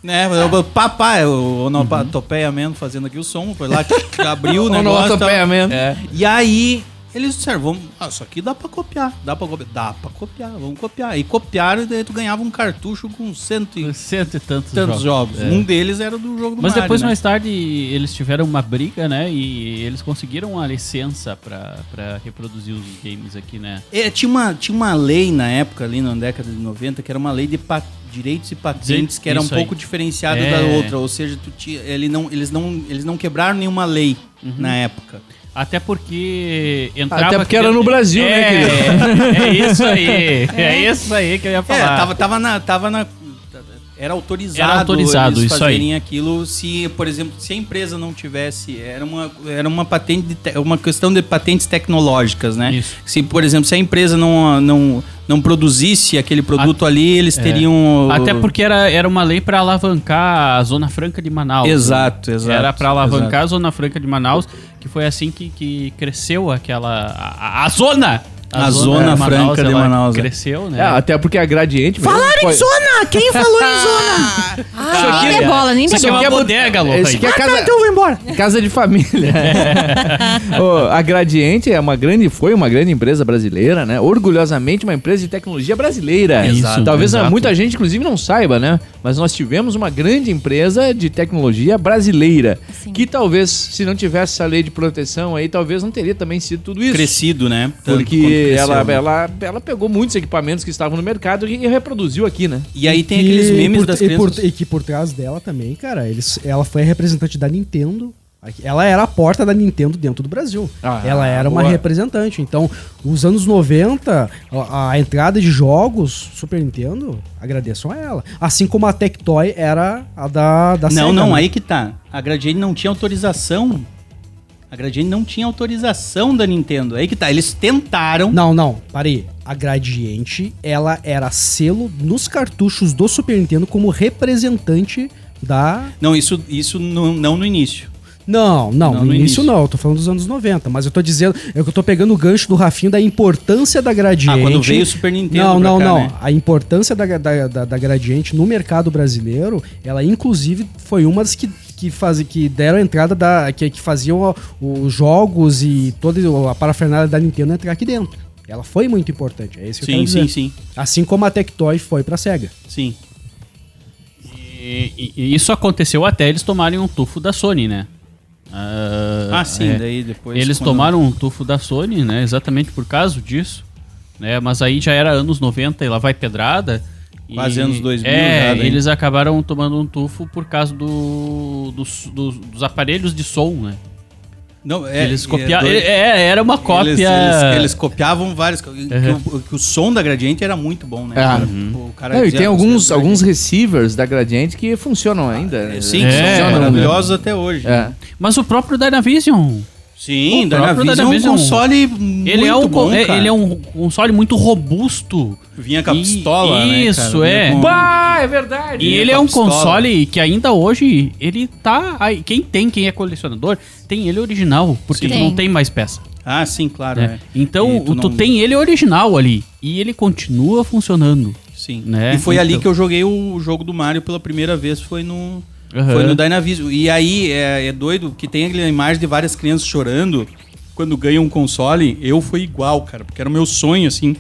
Speaker 6: Né, papá, o onomatopeia mesmo, fazendo aqui o som, foi lá,
Speaker 2: [laughs]
Speaker 6: abriu o negócio. e tal.
Speaker 2: Onomatopeia mesmo.
Speaker 6: É. E aí, eles disseram, vamos, ah, isso aqui dá pra copiar, dá pra copiar, dá pra copiar, vamos copiar. E copiaram, e daí tu ganhava um cartucho com cento e
Speaker 4: eu... Cento e tantos,
Speaker 6: tantos jogos.
Speaker 4: É.
Speaker 6: Um deles era do jogo do
Speaker 4: Mas
Speaker 6: Mario,
Speaker 4: depois,
Speaker 6: né?
Speaker 4: mais tarde, eles tiveram uma briga, né? E eles conseguiram a licença pra, pra reproduzir os games aqui, né?
Speaker 6: É, tinha, uma, tinha uma lei na época, ali na década de 90, que era uma lei de pa- direitos e patentes,
Speaker 4: Direitos-
Speaker 6: que era um
Speaker 4: isso aí.
Speaker 6: pouco diferenciada
Speaker 4: É.
Speaker 6: da outra. Ou seja, tu tinha- ele não, eles, não, eles não quebraram nenhuma lei
Speaker 4: Uhum.
Speaker 6: na época.
Speaker 4: Até porque entrava...
Speaker 2: Até porque era no Brasil, né,
Speaker 4: querido? É isso aí. É isso aí que eu ia falar.
Speaker 6: É, tava, tava na. Tava na era autorizado,
Speaker 4: Era autorizado,
Speaker 6: eles
Speaker 4: isso
Speaker 6: fazerem aquilo se, por exemplo, se a empresa não tivesse, era uma, era uma patente de te- uma questão de patentes tecnológicas, né?
Speaker 4: Isso.
Speaker 6: Se, por exemplo, se a empresa não, não, não produzisse aquele produto ali, eles teriam
Speaker 4: é. Até porque era, era uma lei pra alavancar a Zona Franca de Manaus. né?
Speaker 6: Exato, exato.
Speaker 4: Era pra alavancar a Zona Franca de Manaus, que foi assim que, que cresceu aquela. A, a- a zona!
Speaker 6: A Zona Franca de
Speaker 4: ela
Speaker 6: Manaus, é.
Speaker 4: Cresceu, né?
Speaker 8: É,
Speaker 2: Ah,
Speaker 8: até porque a gradiente. mesmo
Speaker 7: Falaram em
Speaker 8: foi-
Speaker 7: zona! Quem falou em zona? Ah, nem dê bola, nem dê
Speaker 4: Isso aqui é
Speaker 7: bola.
Speaker 4: uma
Speaker 8: Quer bot-
Speaker 4: bodega, louco.
Speaker 8: Esse
Speaker 4: aí.
Speaker 8: aqui é casa,
Speaker 5: Então eu vou embora.
Speaker 8: casa de família. [laughs] Ô, a Gradiente é uma grande, foi uma grande empresa brasileira, né? Orgulhosamente uma empresa de tecnologia brasileira.
Speaker 4: Isso,
Speaker 8: Talvez
Speaker 4: exato.
Speaker 8: muita gente, inclusive, não saiba, né? Mas nós tivemos uma grande empresa de tecnologia brasileira.
Speaker 7: Sim.
Speaker 8: Que talvez, se não tivesse essa lei de proteção aí, talvez não teria também sido tudo isso.
Speaker 6: Crescido, né? Tanto quanto
Speaker 8: Porque
Speaker 6: cresceu,
Speaker 8: ela,
Speaker 6: né?
Speaker 8: ela, ela pegou muitos equipamentos que estavam no mercado e reproduziu aqui, né?
Speaker 6: E aí tem
Speaker 5: E
Speaker 6: aqueles memes
Speaker 5: por-
Speaker 6: das
Speaker 5: e por-
Speaker 6: crianças.
Speaker 5: e que por trás dela também, cara, eles, ela foi a representante da Nintendo. Ela era a porta da Nintendo dentro do Brasil.
Speaker 8: Ah,
Speaker 5: ela era uma
Speaker 8: boa.
Speaker 5: representante. Então, os anos 90, a, a entrada de jogos Super Nintendo, agradeçam a ela. Assim como a Tectoy era a da, da
Speaker 6: não,
Speaker 5: Sega,
Speaker 6: não,
Speaker 5: né?
Speaker 6: aí que tá. A Gradiente não tinha autorização. A Gradiente não tinha autorização da Nintendo. Aí que tá. Eles tentaram.
Speaker 5: Não, não, parei. A Gradiente, ela era selo nos cartuchos do Super Nintendo como representante da
Speaker 6: Não, isso, isso não, não no início.
Speaker 5: Não, não,
Speaker 6: Não,
Speaker 5: no,
Speaker 6: no
Speaker 5: início,
Speaker 6: início.
Speaker 5: não, eu tô falando dos anos 90, mas eu tô dizendo, é eu tô pegando o gancho do Rafinho da importância da Gradiente.
Speaker 6: Ah, quando veio o Super Nintendo.
Speaker 5: Não,
Speaker 6: pra
Speaker 5: não,
Speaker 6: cá,
Speaker 5: não. Ah,
Speaker 6: né?
Speaker 5: A importância da, da, da- da Gradiente no mercado brasileiro, ela inclusive foi uma das que, que, faz, que deram a entrada da. que, que faziam a- os jogos e toda a parafernália da Nintendo entrar aqui dentro. Ela foi muito importante, é isso que eu
Speaker 6: Sim,
Speaker 5: quero
Speaker 6: sim,
Speaker 5: dizer.
Speaker 6: sim,
Speaker 5: Assim como a Tectoy foi pra SEGA.
Speaker 6: sim.
Speaker 4: E, e- e isso aconteceu até eles tomarem um tufo da Sony, né? Ah,
Speaker 6: Ah, sim,
Speaker 4: é.
Speaker 6: daí depois.
Speaker 4: Eles
Speaker 6: quando-
Speaker 4: tomaram um tufo da Sony, né? Exatamente por causa disso. Né? Mas aí já era anos 90 e lá vai pedrada. e-
Speaker 6: Quase anos 2000 já, né?
Speaker 4: É,
Speaker 6: daí.
Speaker 4: eles acabaram tomando um tufo por causa do, dos, dos- dos aparelhos de som, né?
Speaker 6: Não, é,
Speaker 4: Eles
Speaker 6: é,
Speaker 4: copiaram.
Speaker 6: dois-
Speaker 4: É, era uma cópia.
Speaker 6: Eles, eles- eles copiavam vários. que o- Que o som da Gradiente era muito bom, né?
Speaker 8: Ah.
Speaker 6: Uhum. O cara
Speaker 8: Não, e
Speaker 6: dizia,
Speaker 8: tem alguns,
Speaker 6: "Você-
Speaker 8: alguns receivers da Gradiente que funcionam ainda. né?
Speaker 6: Sim, que
Speaker 4: É,
Speaker 6: são
Speaker 8: funcionam, né?
Speaker 6: maravilhosos até hoje.
Speaker 8: É.
Speaker 4: Mas o próprio Dynavision.
Speaker 6: Sim,
Speaker 4: O próprio
Speaker 6: Dynavision é um
Speaker 4: Dynavision-
Speaker 6: console
Speaker 4: Ele
Speaker 6: muito
Speaker 4: é, um,
Speaker 6: bom,
Speaker 4: con- é-
Speaker 6: cara.
Speaker 4: ele é um console muito robusto.
Speaker 6: Vinha com a
Speaker 4: E-
Speaker 6: pistola, né,
Speaker 4: Isso,
Speaker 6: cara?
Speaker 4: é.
Speaker 6: Vinha com-
Speaker 4: Bah, é verdade. E
Speaker 6: Vinha
Speaker 4: ele
Speaker 6: com
Speaker 4: é
Speaker 6: a
Speaker 4: um
Speaker 6: pistola.
Speaker 4: console que ainda hoje, ele tá... aí. Quem tem, quem é colecionador, tem ele original, porque
Speaker 7: Sim.
Speaker 4: tu não tem mais peça.
Speaker 6: Ah, sim, claro.
Speaker 4: né?
Speaker 6: É.
Speaker 4: Então,
Speaker 6: E
Speaker 4: tu,
Speaker 6: não-
Speaker 4: tem ele original ali. E ele continua funcionando.
Speaker 6: Sim.
Speaker 4: né?
Speaker 6: E foi ali
Speaker 4: Então-
Speaker 6: que eu joguei o jogo do Mario pela primeira vez, foi no.
Speaker 4: Aham.
Speaker 6: Foi no Dynavision. E aí é, é doido que tem aquela imagem de várias crianças chorando quando ganham um console. Eu fui igual, cara, porque era o meu sonho, assim.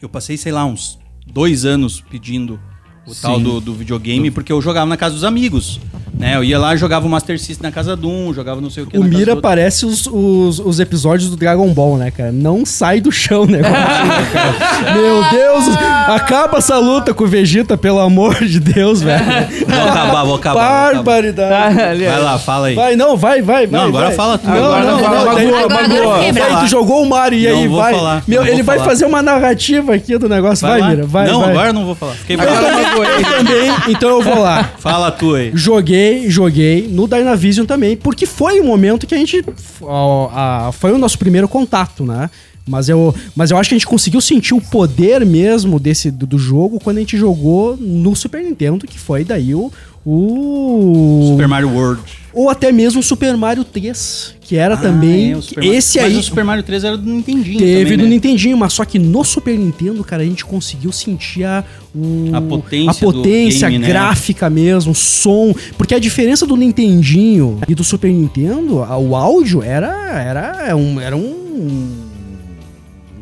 Speaker 6: Eu passei, sei lá, uns dois anos pedindo o tal do, do videogame, porque eu jogava na casa dos amigos. Né? Eu ia lá e jogava o Master System na casa de um, jogava não sei o que.
Speaker 5: O
Speaker 6: na casa do
Speaker 5: Mira
Speaker 6: outro.
Speaker 5: parece os, os, os episódios do Dragon Ball, né, cara? Não sai do chão, né?
Speaker 6: [laughs]
Speaker 5: cara? Meu Deus, acaba essa luta com o Vegeta, pelo amor de
Speaker 6: É.
Speaker 5: Deus, velho.
Speaker 6: Vou acabar, vou acabar. vou acabar.
Speaker 5: Barbaridade.
Speaker 6: Vai lá, fala aí.
Speaker 5: é. Vai, não, vai, vai, vai.
Speaker 6: Tá. Não, agora
Speaker 5: vai.
Speaker 6: fala tu.
Speaker 5: Não,
Speaker 6: Agora
Speaker 5: não,
Speaker 8: fala,
Speaker 5: não,
Speaker 8: bagulho,
Speaker 5: daí-
Speaker 7: Agora eu
Speaker 8: bagulho.
Speaker 7: fiquei brava.
Speaker 5: Daí tu jogou o Mario e
Speaker 6: Não
Speaker 5: aí
Speaker 6: vou
Speaker 5: vai.
Speaker 6: falar,
Speaker 5: Meu,
Speaker 6: não
Speaker 5: ele
Speaker 6: vou
Speaker 5: vai
Speaker 6: falar.
Speaker 5: fazer uma narrativa aqui do negócio. Vai,
Speaker 6: lá.
Speaker 5: Mira, vai.
Speaker 6: Não,
Speaker 5: vai.
Speaker 6: agora eu não vou falar. Fiquei bravo.
Speaker 8: Agora magoei.
Speaker 5: Eu também, então eu vou lá.
Speaker 6: Fala tu aí.
Speaker 5: Joguei, joguei no Dynavision também, porque foi o momento que a gente. ó, a- foi o nosso primeiro contato, né? Mas eu, mas eu acho que a gente conseguiu sentir o poder mesmo desse do, do jogo quando a gente jogou no Super Nintendo, que foi daí o. o
Speaker 6: Super Mario World.
Speaker 5: ou até mesmo o Super Mario 3, que era também.
Speaker 6: Ah, é, o
Speaker 5: que-
Speaker 6: Super Mario-
Speaker 5: esse
Speaker 6: Mas
Speaker 5: aí
Speaker 6: o Super Mario 3 era do Nintendinho.
Speaker 5: teve
Speaker 6: também,
Speaker 5: do
Speaker 6: né?
Speaker 5: Nintendinho, mas só que no Super Nintendo, cara, a gente conseguiu sentir a, o-
Speaker 6: A potência
Speaker 5: a potência
Speaker 6: do game, né?
Speaker 5: gráfica mesmo, o som. Porque a diferença do Nintendinho e do Super Nintendo, a- o áudio era, era, um, era um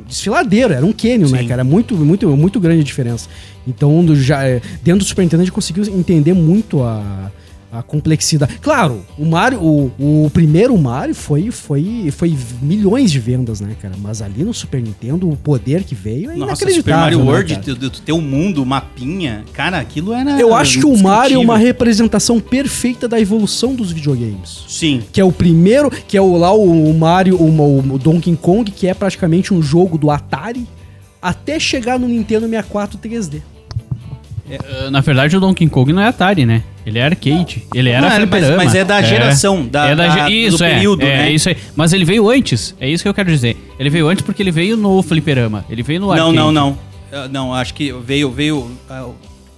Speaker 5: desfiladeiro, era um cânion, né,
Speaker 6: Sim.
Speaker 5: cara? Muito, muito, muito grande a diferença. Então, do- já, é, dentro do Super Nintendo, a gente conseguiu entender muito a, a complexidade. Claro, o Mario, o, o primeiro Mario foi, foi, foi milhões de vendas, né, cara? Mas ali no Super Nintendo, o poder que veio é
Speaker 6: Nossa, Super
Speaker 5: inacreditável.
Speaker 6: Mario
Speaker 5: né,
Speaker 6: World,
Speaker 5: cara?
Speaker 6: tu, tu, tu ter o mundo, o mapinha. Cara, aquilo era.
Speaker 5: Eu acho que o Mario é uma
Speaker 6: indescritível.
Speaker 5: representação perfeita da evolução dos videogames.
Speaker 6: Sim.
Speaker 5: que é o primeiro, que é o lá o Mario, o, o Donkey Kong, que é praticamente um jogo do Atari, até chegar no Nintendo 64 3D.
Speaker 4: Eh, Na verdade, o Donkey Kong não é Atari, né? Ele é arcade. Ele era
Speaker 6: Não, mas-
Speaker 4: fliperama.
Speaker 6: mas é da geração, da-
Speaker 4: é da,
Speaker 6: da-
Speaker 4: ge-
Speaker 6: do
Speaker 4: isso, é,
Speaker 6: período,
Speaker 4: é,
Speaker 6: né?
Speaker 4: isso aí. Mas ele veio antes. É isso que eu quero dizer. Ele veio antes porque ele veio no fliperama. Ele veio no
Speaker 6: Não,
Speaker 4: arcade.
Speaker 6: não, não. Ah, Não, acho que veio. veio ah,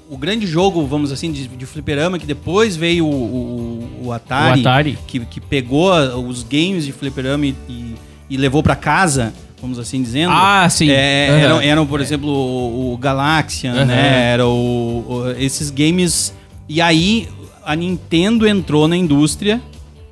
Speaker 6: o grande jogo, vamos assim, de, de fliperama, que depois veio o, o- o
Speaker 4: O
Speaker 6: Atari.
Speaker 4: Atari.
Speaker 6: ah, Que, que pegou os games de fliperama e, e- e levou pra casa. vamos assim dizendo.
Speaker 4: Ah, sim.
Speaker 6: É,
Speaker 4: Aham.
Speaker 6: eram, eram, por exemplo, o, o Galaxian,
Speaker 4: Aham.
Speaker 6: né? Era o, o- esses games. E aí a Nintendo entrou na indústria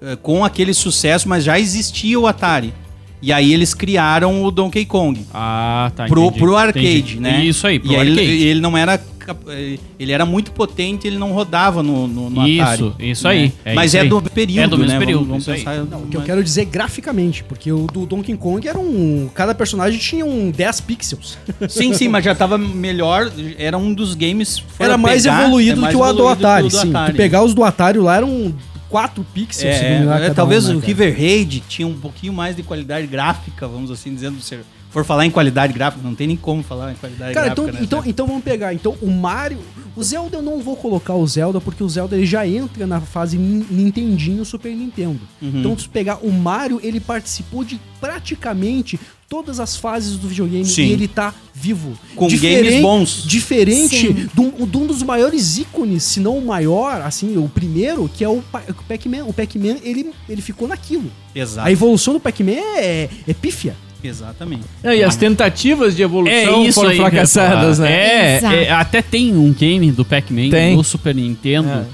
Speaker 6: eh, com aquele sucesso, mas já existia o Atari. E aí eles criaram o Donkey Kong.
Speaker 4: Ah, tá.
Speaker 6: pro,
Speaker 4: entendi,
Speaker 6: pro arcade,
Speaker 4: entendi.
Speaker 6: né?
Speaker 4: Isso aí, pro
Speaker 6: e aí
Speaker 4: arcade.
Speaker 6: Ele, ele não era. cap- eh, Ele era muito potente, ele não rodava no, no, no Atari.
Speaker 4: isso, isso aí.
Speaker 6: né? Mas
Speaker 4: isso
Speaker 6: é
Speaker 4: aí.
Speaker 6: do período,
Speaker 4: É do mesmo
Speaker 6: né?
Speaker 4: período,
Speaker 6: Vamos, vamos
Speaker 4: isso aí.
Speaker 6: pensar,
Speaker 5: O que eu
Speaker 6: mas-
Speaker 5: quero dizer graficamente, porque o do Donkey Kong era um. Cada personagem tinha um 10 pixels.
Speaker 6: Sim, sim, mas já tava melhor. Era um dos games. fora
Speaker 5: era mais
Speaker 6: pegar, é
Speaker 5: evoluído do
Speaker 6: mais
Speaker 5: que o do
Speaker 6: evoluído
Speaker 5: Atari,
Speaker 6: do
Speaker 5: sim.
Speaker 6: Atari.
Speaker 5: Tu pegar os do Atari lá eram 4 pixels,
Speaker 6: É,
Speaker 5: se não me engano,
Speaker 6: é,
Speaker 5: cada um,
Speaker 6: talvez
Speaker 5: né,
Speaker 6: o
Speaker 5: cara?
Speaker 6: River Raid tinha um pouquinho mais de qualidade gráfica, vamos assim dizendo. Se for falar em qualidade gráfica, não tem nem como falar em qualidade
Speaker 5: Cara, então,
Speaker 6: gráfica. né?
Speaker 5: então, então vamos pegar. Então, o Mario. O Zelda eu não vou colocar o Zelda, porque o Zelda ele já entra na fase Nin- Nintendinho Super Nintendo.
Speaker 6: Uhum.
Speaker 5: Então, se tu pegar o Mario, ele participou de praticamente todas as fases do videogame
Speaker 6: Sim.
Speaker 5: e ele tá vivo.
Speaker 6: com
Speaker 5: Diferen-
Speaker 6: games bons.
Speaker 5: Diferente
Speaker 7: Sim.
Speaker 5: de um, de um dos maiores ícones, se não o maior, assim, o primeiro, que é o, Pa- o Pac-Man. O Pac-Man, ele, ele ficou naquilo.
Speaker 6: Exato,
Speaker 5: A evolução do Pac-Man é, é pífia.
Speaker 6: exatamente.
Speaker 5: É
Speaker 8: e as tentativas de evolução foram
Speaker 4: Ah. É aí,
Speaker 8: fracassadas,
Speaker 4: pessoal.
Speaker 8: né?
Speaker 4: É,
Speaker 7: Exato.
Speaker 4: é, até tem um game do Pac-Man
Speaker 8: Tem.
Speaker 4: no Super Nintendo.
Speaker 8: É.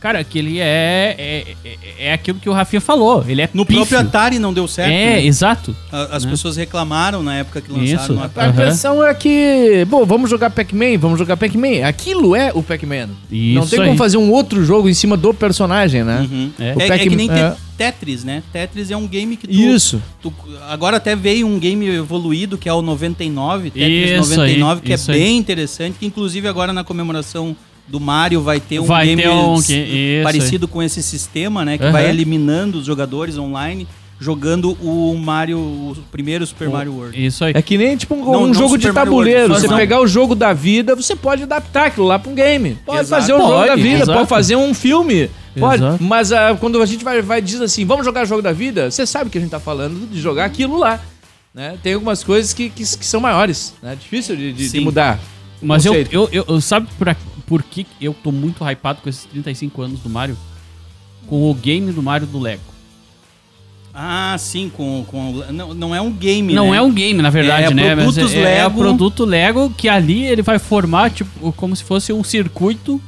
Speaker 4: Cara, que ele é é, é- é aquilo que o Rafinha falou. Ele é
Speaker 6: No
Speaker 4: pífio.
Speaker 6: próprio Atari não deu certo.
Speaker 4: É,
Speaker 6: né?
Speaker 4: exato.
Speaker 6: A- As pessoas reclamaram na época que lançaram
Speaker 4: Né? Isso.
Speaker 6: no
Speaker 8: A
Speaker 6: Atari.
Speaker 4: Aham.
Speaker 8: impressão é que, bom, vamos jogar Pac-Man, vamos jogar Pac-Man. Aquilo é o Pac-Man. Não
Speaker 4: Isso
Speaker 8: tem
Speaker 4: aí.
Speaker 8: como fazer um outro jogo em cima do personagem, né?
Speaker 6: Uhum.
Speaker 4: É.
Speaker 8: O
Speaker 6: É, é
Speaker 8: Pac-
Speaker 6: que nem te-
Speaker 8: é.
Speaker 6: Tetris, né? Tetris é um game que tu,
Speaker 8: Isso.
Speaker 6: tu- Agora até veio um game evoluído que é o 99, Tetris
Speaker 4: Isso aí,
Speaker 6: 99, que é
Speaker 4: isso aí.
Speaker 6: bem interessante. Que inclusive agora na comemoração do Mario vai ter um
Speaker 4: Vai
Speaker 6: game
Speaker 4: ter um
Speaker 6: s-
Speaker 4: que- isso aí.
Speaker 6: parecido com esse sistema, né? Que
Speaker 4: Aham.
Speaker 6: vai eliminando os jogadores online jogando o Mario, o primeiro Super Mario World.
Speaker 4: Isso aí.
Speaker 8: É que nem tipo um,
Speaker 6: Não,
Speaker 8: um
Speaker 6: não
Speaker 8: jogo de
Speaker 6: Super Mario
Speaker 8: tabuleiro.
Speaker 6: World,
Speaker 8: Você
Speaker 6: não.
Speaker 8: pegar o jogo da vida, você pode adaptar aquilo lá pra um game. Pode
Speaker 6: Exato.
Speaker 8: fazer um jogo
Speaker 4: Pode,
Speaker 8: da vida,
Speaker 4: exato.
Speaker 8: pode fazer um filme. Pode.
Speaker 4: Exato.
Speaker 8: Mas ah, quando a gente vai, vai diz assim, vamos jogar jogo da vida, você sabe que a gente tá falando de jogar aquilo lá. né? Tem algumas coisas que, que, que são maiores, né? Difícil de, de- de
Speaker 6: Sim. é um-
Speaker 8: mudar. Um
Speaker 4: Mas eu,
Speaker 8: Conceito.
Speaker 4: eu, eu, eu- sabe pra, por que eu tô muito hypado com esses 35 anos do Mario? Com o game do Mario do Lego.
Speaker 6: Ah, sim, com, com não, não é um game,
Speaker 4: Não
Speaker 6: né?
Speaker 4: é um game, na verdade,
Speaker 6: É, é
Speaker 4: né? Mas
Speaker 6: produtos
Speaker 4: é, é
Speaker 6: Lego.
Speaker 4: o produto Lego que ali ele vai formar, tipo, como se fosse um circuito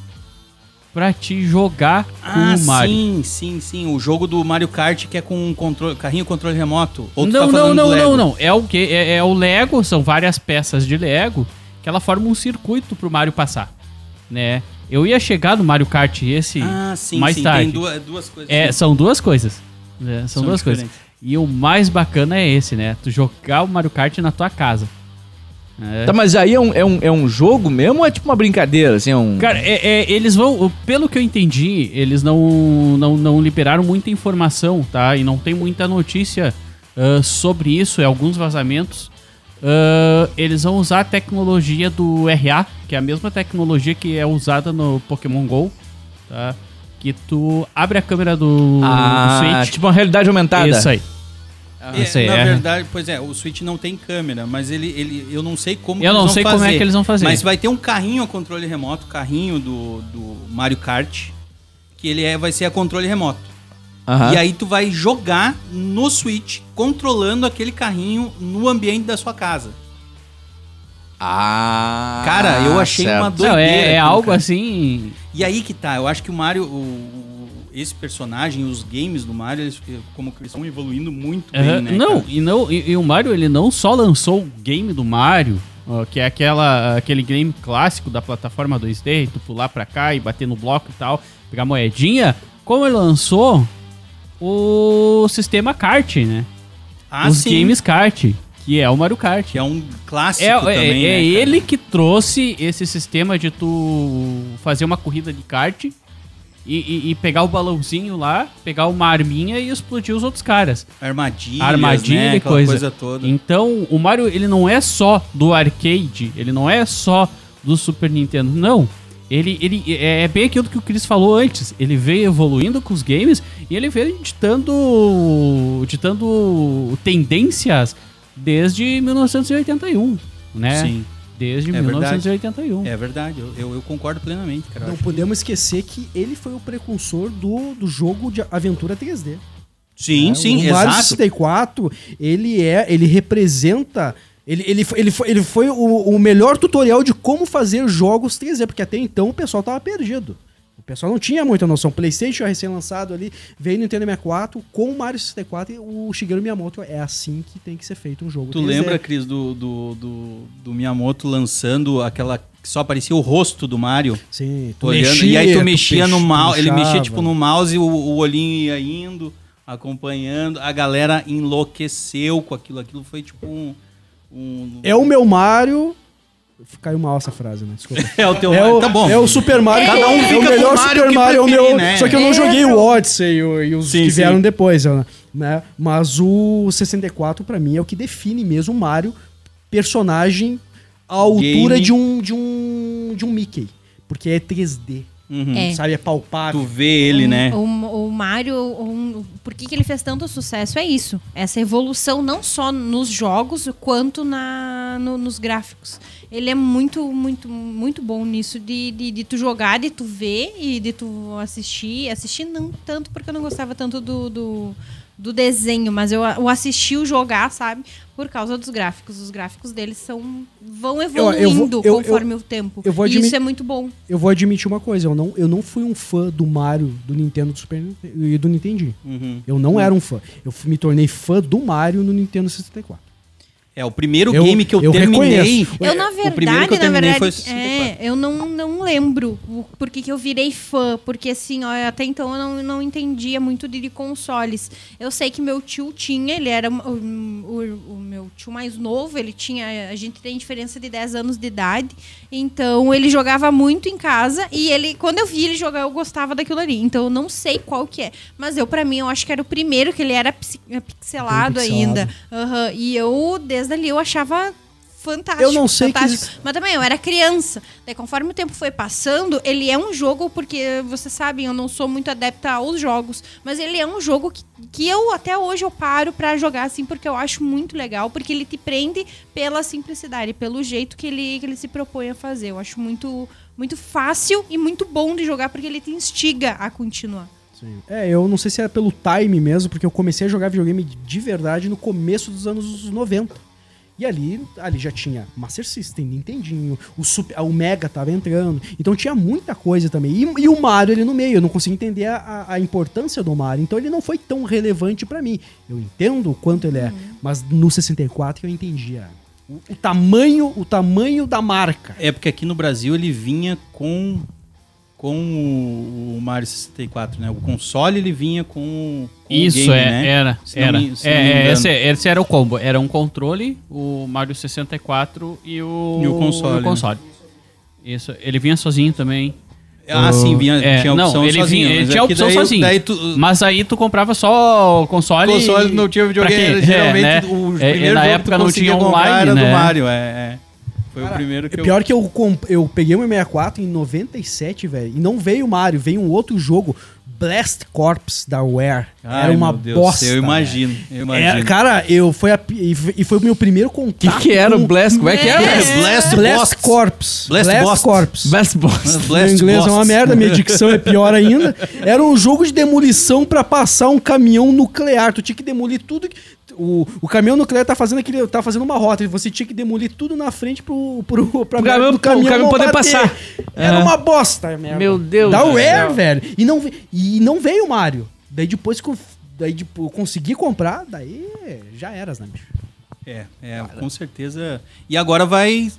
Speaker 4: pra te jogar
Speaker 6: Ah,
Speaker 4: com o Mario.
Speaker 6: sim, sim, sim. O jogo do Mario Kart que é com um controle, carrinho controle remoto. Ou tu tá
Speaker 4: não, não,
Speaker 6: falando do
Speaker 4: não,
Speaker 6: Lego?
Speaker 4: não, não. É o que? É, é o Lego, são várias peças de Lego que ela forma um circuito pro Mario passar, né? Eu ia chegar no Mario Kart esse
Speaker 6: Ah, sim,
Speaker 4: mais
Speaker 6: sim.
Speaker 4: tarde.
Speaker 6: Tem duas, duas coisas.
Speaker 4: É,
Speaker 6: que
Speaker 4: são duas coisas. né? são,
Speaker 6: são
Speaker 4: duas coisas.
Speaker 6: diferentes.
Speaker 4: E o mais bacana é esse, né? Tu jogar o Mario Kart na tua casa. É.
Speaker 8: Tá, mas aí é um, é, um, é um jogo mesmo ou é tipo uma brincadeira? Assim, é um...
Speaker 4: Cara, é- é, eles vão. Pelo que eu entendi, eles não, não, não liberaram muita informação, tá? E não tem muita notícia ah, sobre isso, é alguns vazamentos. Ah, eles vão usar a tecnologia do RA, que é a mesma tecnologia que é usada no Pokémon GO, tá? Que tu abre a câmera do, do
Speaker 8: Ah,
Speaker 4: Switch.
Speaker 8: tipo uma realidade
Speaker 2: tá,
Speaker 8: aumentada.
Speaker 4: Isso aí.
Speaker 6: É,
Speaker 4: Isso aí,
Speaker 6: na
Speaker 4: é.
Speaker 6: verdade, pois é, o Switch não tem câmera, mas ele, ele eu não sei como
Speaker 4: Eu não sei como é que eles vão fazer.
Speaker 6: Mas vai ter um carrinho a controle remoto, carrinho do, do Mario Kart, que ele é, vai ser a controle remoto.
Speaker 8: Aham.
Speaker 6: E aí tu vai jogar no Switch, controlando aquele carrinho no ambiente da sua casa.
Speaker 8: Ah,
Speaker 6: Cara, eu achei
Speaker 8: certo.
Speaker 6: uma
Speaker 4: Não,
Speaker 6: doideira.
Speaker 4: é, é
Speaker 6: aquilo,
Speaker 4: algo
Speaker 6: cara.
Speaker 4: assim.
Speaker 6: E aí que tá, eu acho que o Mario, o- o- esse personagem, os games do Mario, eles, como que eles estão evoluindo muito bem,
Speaker 4: Aham,
Speaker 6: né?
Speaker 4: não,
Speaker 6: cara?
Speaker 4: e não, e, e o Mario ele não só lançou o game do Mario, ó, que é aquela, aquele game clássico da plataforma 2D, tu pular pra cá e bater no bloco e tal, pegar moedinha, como ele lançou o sistema kart, né?
Speaker 6: Ah,
Speaker 4: Os
Speaker 6: sim,
Speaker 4: games kart, que é o Mario Kart.
Speaker 6: que é um clássico
Speaker 4: É, é,
Speaker 6: também,
Speaker 4: é
Speaker 6: né, cara?
Speaker 4: ele que trouxe esse sistema de tu fazer uma corrida de kart e, e- e pegar o balãozinho lá, pegar uma arminha e explodir os outros caras.
Speaker 6: Armadilha,
Speaker 4: Armadilha
Speaker 6: né?
Speaker 4: e
Speaker 6: Aquela
Speaker 4: coisa.
Speaker 6: toda.
Speaker 4: Então, o Mario, ele não é só do arcade, ele não é só do Super Nintendo, não. Ele, ele é é bem aquilo que o Chris falou antes. Ele veio evoluindo com os games e ele veio ditando, ditando tendências desde 1981, né?
Speaker 6: Sim,
Speaker 4: Desde
Speaker 6: É verdade.
Speaker 4: 1981.
Speaker 6: é verdade. Eu, eu- eu concordo plenamente, cara. Eu
Speaker 5: Não
Speaker 6: acho que-
Speaker 5: podemos esquecer que ele foi o precursor do, do jogo de aventura 3D.
Speaker 6: Sim,
Speaker 5: né?
Speaker 6: sim,
Speaker 5: o Mario
Speaker 6: exato.
Speaker 5: 64, ele é, ele representa ele, ele, foi- ele foi, ele foi o, o melhor tutorial de como fazer jogos 3D, porque até então o pessoal tava perdido. O pessoal não tinha muita noção. PlayStation é recém-lançado ali, veio Nintendo 64, com o Mario 64 e o Shigeru Miyamoto. É assim que tem que ser feito um jogo
Speaker 6: Tu
Speaker 5: 3D.
Speaker 6: lembra, Cris, do, do, do, do Miyamoto lançando aquela que só aparecia o rosto do Mario?
Speaker 5: Sim,
Speaker 6: Tu olhando, e aí tu mexia no mouse,
Speaker 5: mouse
Speaker 6: ele mexia tipo no mouse e o, o olhinho ia indo, acompanhando. A galera enlouqueceu com aquilo. Aquilo foi tipo um. um- [laughs]
Speaker 5: É o meu Mario. Caiu mal essa frase, né? Desculpa.
Speaker 6: É o teu
Speaker 5: É o,
Speaker 6: tá bom.
Speaker 5: é o Super Mario.
Speaker 6: Cada um
Speaker 5: é
Speaker 6: fica
Speaker 5: o
Speaker 6: com
Speaker 5: melhor
Speaker 6: o Mario
Speaker 5: Super
Speaker 6: que
Speaker 5: Mario. é o
Speaker 6: preferir,
Speaker 5: meu,
Speaker 6: né?
Speaker 5: Só que eu não joguei o Odyssey e, o- e os
Speaker 6: Sim,
Speaker 5: que vieram
Speaker 6: sim.
Speaker 5: depois. Né? Mas o 64, pra mim, é o que define mesmo o Mario, personagem à altura
Speaker 6: Game.
Speaker 5: de um, de, um, de um Mickey. Porque é 3D,
Speaker 6: Uhum.
Speaker 7: É.
Speaker 5: sabe? É palpável.
Speaker 6: Tu vê ele, né?
Speaker 7: O, um, o Mario, um, por que, que ele fez tanto sucesso? É isso. Essa evolução não só nos jogos, quanto na, no- nos gráficos. Ele é muito, muito, muito bom nisso de, de, de tu jogar, de tu ver e de tu assistir. Assistir não tanto, porque eu não gostava tanto do, do, do desenho, mas eu, a- eu assisti o jogar, sabe? Por causa dos gráficos. Os gráficos deles são, vão
Speaker 5: vou-
Speaker 7: evoluindo
Speaker 5: eu- eu-
Speaker 7: conforme o tempo.
Speaker 5: eu vou
Speaker 7: e
Speaker 5: admit-
Speaker 7: isso é muito bom.
Speaker 5: Eu vou admitir uma coisa, eu não, eu não fui um fã do Mario, do Nintendo do Super Nintendo e do Nintendinho.
Speaker 6: Uhum.
Speaker 5: Eu não era um fã. Eu fui- me tornei fã do Mario no Nintendo 64.
Speaker 6: É o primeiro
Speaker 5: Eu-
Speaker 6: game que eu,
Speaker 5: eu
Speaker 6: terminei.
Speaker 5: reconheço.
Speaker 7: Eu, na
Speaker 6: É, o primeiro
Speaker 7: verdade,
Speaker 6: que eu
Speaker 7: na
Speaker 6: terminei
Speaker 7: verdade,
Speaker 6: foi o
Speaker 7: é,
Speaker 6: 64.
Speaker 7: eu não, não lembro o- por que que eu virei fã, porque assim, ó, até então eu não, não entendia muito de, de consoles. Eu sei que meu tio tinha, ele era um- um- o, o meu tio mais novo, ele tinha, a gente tem diferença de 10 anos de idade, então ele jogava muito em casa e ele, quando eu vi ele jogar, eu gostava daquilo ali. Então eu não sei qual que é, mas eu para mim eu acho que era o primeiro que ele era psi- pixelado ainda. Aham, E eu desde ali eu achava fantástico.
Speaker 5: Eu não sei que
Speaker 7: fantástico.
Speaker 5: isso-
Speaker 7: Mas também eu era criança. Daí, conforme o tempo foi passando, ele é um jogo, porque vocês sabem, eu não sou muito adepta aos jogos. Mas ele é um jogo que, que eu até hoje eu paro pra jogar, assim, porque eu acho muito legal, porque ele te prende pela simplicidade, pelo jeito que ele, que ele se propõe a fazer. Eu acho muito, muito fácil e muito bom de jogar, porque ele te instiga a continuar.
Speaker 5: É, eu não sei se era pelo time mesmo, porque eu comecei a jogar videogame de verdade no começo dos anos 90. E ali, ali já tinha Master System, Nintendinho, o, Super- o Mega tava entrando. Então tinha muita coisa também. E, e o Mario ali no meio, eu não consegui entender a- a, a importância do Mario. Então ele não foi tão relevante pra mim. Eu entendo o quanto ele é, mas no 64 eu entendia o, o tamanho, o tamanho da marca.
Speaker 6: É porque aqui no Brasil ele vinha com com o, o Mario 64, né? O console ele vinha com o- com o
Speaker 4: Isso,
Speaker 6: game,
Speaker 4: é,
Speaker 6: né?
Speaker 4: era.
Speaker 6: Se não
Speaker 4: Era.
Speaker 6: me- se não me
Speaker 4: é, é,
Speaker 6: engano.
Speaker 4: esse, esse era o combo. Era um controle, o Mario 64 e o,
Speaker 6: E o console, né?
Speaker 4: e o console. Isso. Ele vinha sozinho também.
Speaker 6: Ah, sim, vinha,
Speaker 4: É,
Speaker 6: tinha a
Speaker 4: não,
Speaker 6: opção
Speaker 4: ele
Speaker 6: sozinho.
Speaker 4: vinha- ele
Speaker 6: mas
Speaker 4: tinha a
Speaker 6: aqui
Speaker 4: opção
Speaker 6: daí,
Speaker 4: sozinho.
Speaker 6: Daí tu,
Speaker 4: Mas aí tu comprava só o console.
Speaker 6: console
Speaker 4: e-
Speaker 6: não tinha
Speaker 4: pra
Speaker 6: videogame,
Speaker 4: quê?
Speaker 6: geralmente
Speaker 4: É, né?
Speaker 6: o
Speaker 4: É,
Speaker 6: primeiro
Speaker 4: na
Speaker 6: jogo
Speaker 4: época
Speaker 6: que tu
Speaker 4: não
Speaker 6: conseguia
Speaker 4: tinha
Speaker 6: comprar
Speaker 4: online,
Speaker 6: era do
Speaker 4: né?
Speaker 6: Mario, é, é. Foi o primeiro que eu...
Speaker 5: é Pior que eu, comp- eu peguei o meu 64 em 97, velho. E não veio o Mario, veio um outro jogo, Blast Corps da Rare.
Speaker 6: Ai,
Speaker 5: Era uma
Speaker 6: meu Deus do
Speaker 5: bosta.
Speaker 6: céu, Eu imagino, eu
Speaker 5: velho.
Speaker 6: imagino.
Speaker 5: É, cara, eu foi a pi- e f- e foi o meu primeiro
Speaker 8: O
Speaker 5: contato.
Speaker 8: que, que era o Blast? Como é que era?
Speaker 6: Blast,
Speaker 5: Blast
Speaker 6: Blast
Speaker 5: Corps.
Speaker 6: Blast Boss.
Speaker 5: Corps.
Speaker 8: Blast Boss.
Speaker 5: Meu
Speaker 6: Blast
Speaker 5: inglês é uma
Speaker 6: Boss.
Speaker 5: merda, minha dicção é
Speaker 8: [laughs]
Speaker 5: pior ainda. Era um jogo de demolição pra passar um caminhão nuclear. Tu tinha que demolir tudo. que- O, o caminhão nuclear tá fazendo aquele, tá fazendo uma rota. e Você tinha que demolir tudo na frente pro, pro, pra
Speaker 8: Pro
Speaker 5: merda
Speaker 8: caminhão-
Speaker 5: do
Speaker 8: o caminhão
Speaker 5: não
Speaker 8: poder passar. É.
Speaker 5: Era uma bosta, merda.
Speaker 8: Meu Deus
Speaker 5: Da
Speaker 8: do
Speaker 5: Rare,
Speaker 8: céu.
Speaker 5: velho. E não, ve- e não veio o Mario. Daí depois que eu, daí, tipo, eu consegui comprar, daí já era, né, bicho?
Speaker 6: É, é, com certeza. E agora vai.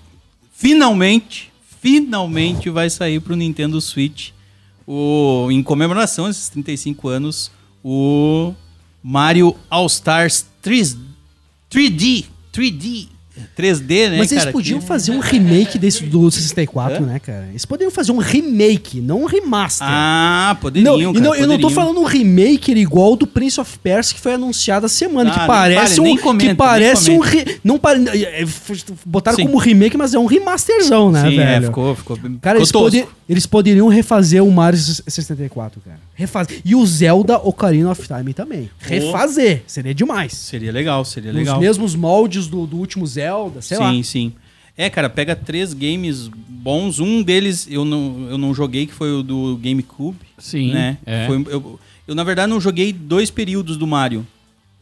Speaker 6: Finalmente, finalmente vai sair pro Nintendo Switch. O, em comemoração desses 35 anos, o Mario All Stars 3, 3D. 3D. 3D, né?
Speaker 5: Mas eles
Speaker 6: cara,
Speaker 5: podiam
Speaker 6: que-
Speaker 5: fazer um remake desse do 64, né, cara? Eles poderiam fazer um remake, não um remaster.
Speaker 6: Ah, poderiam.
Speaker 5: não, e
Speaker 6: cara,
Speaker 5: não- eu não tô
Speaker 6: poderiam.
Speaker 5: falando um remake igual do Prince of Persia que foi anunciado a semana,
Speaker 6: Ah,
Speaker 5: que
Speaker 6: nem
Speaker 5: parece
Speaker 6: fale,
Speaker 5: um
Speaker 6: nem comenta,
Speaker 5: que parece
Speaker 6: nem
Speaker 5: um re- não pare- é, é, f- botaram
Speaker 6: Sim.
Speaker 5: como remake, mas é um remasterzão, né,
Speaker 6: Sim,
Speaker 5: velho?
Speaker 6: é, ficou, ficou. bem-
Speaker 5: Cara, eles,
Speaker 6: ficou tosco.
Speaker 5: pode- eles poderiam refazer o Mario 64, cara. Refazer. E o Zelda Ocarina of Time também. Refazer. Seria demais.
Speaker 6: Seria legal, seria
Speaker 5: Nos
Speaker 6: legal.
Speaker 5: mesmos moldes do, do último Zelda, sei
Speaker 6: sim,
Speaker 5: lá.
Speaker 6: sim. É, cara, pega três games bons. Um deles eu não, eu não joguei, que foi o do GameCube.
Speaker 4: Sim.
Speaker 6: né?
Speaker 4: é.
Speaker 6: Foi, eu, Eu, na verdade, não joguei dois períodos do Mario.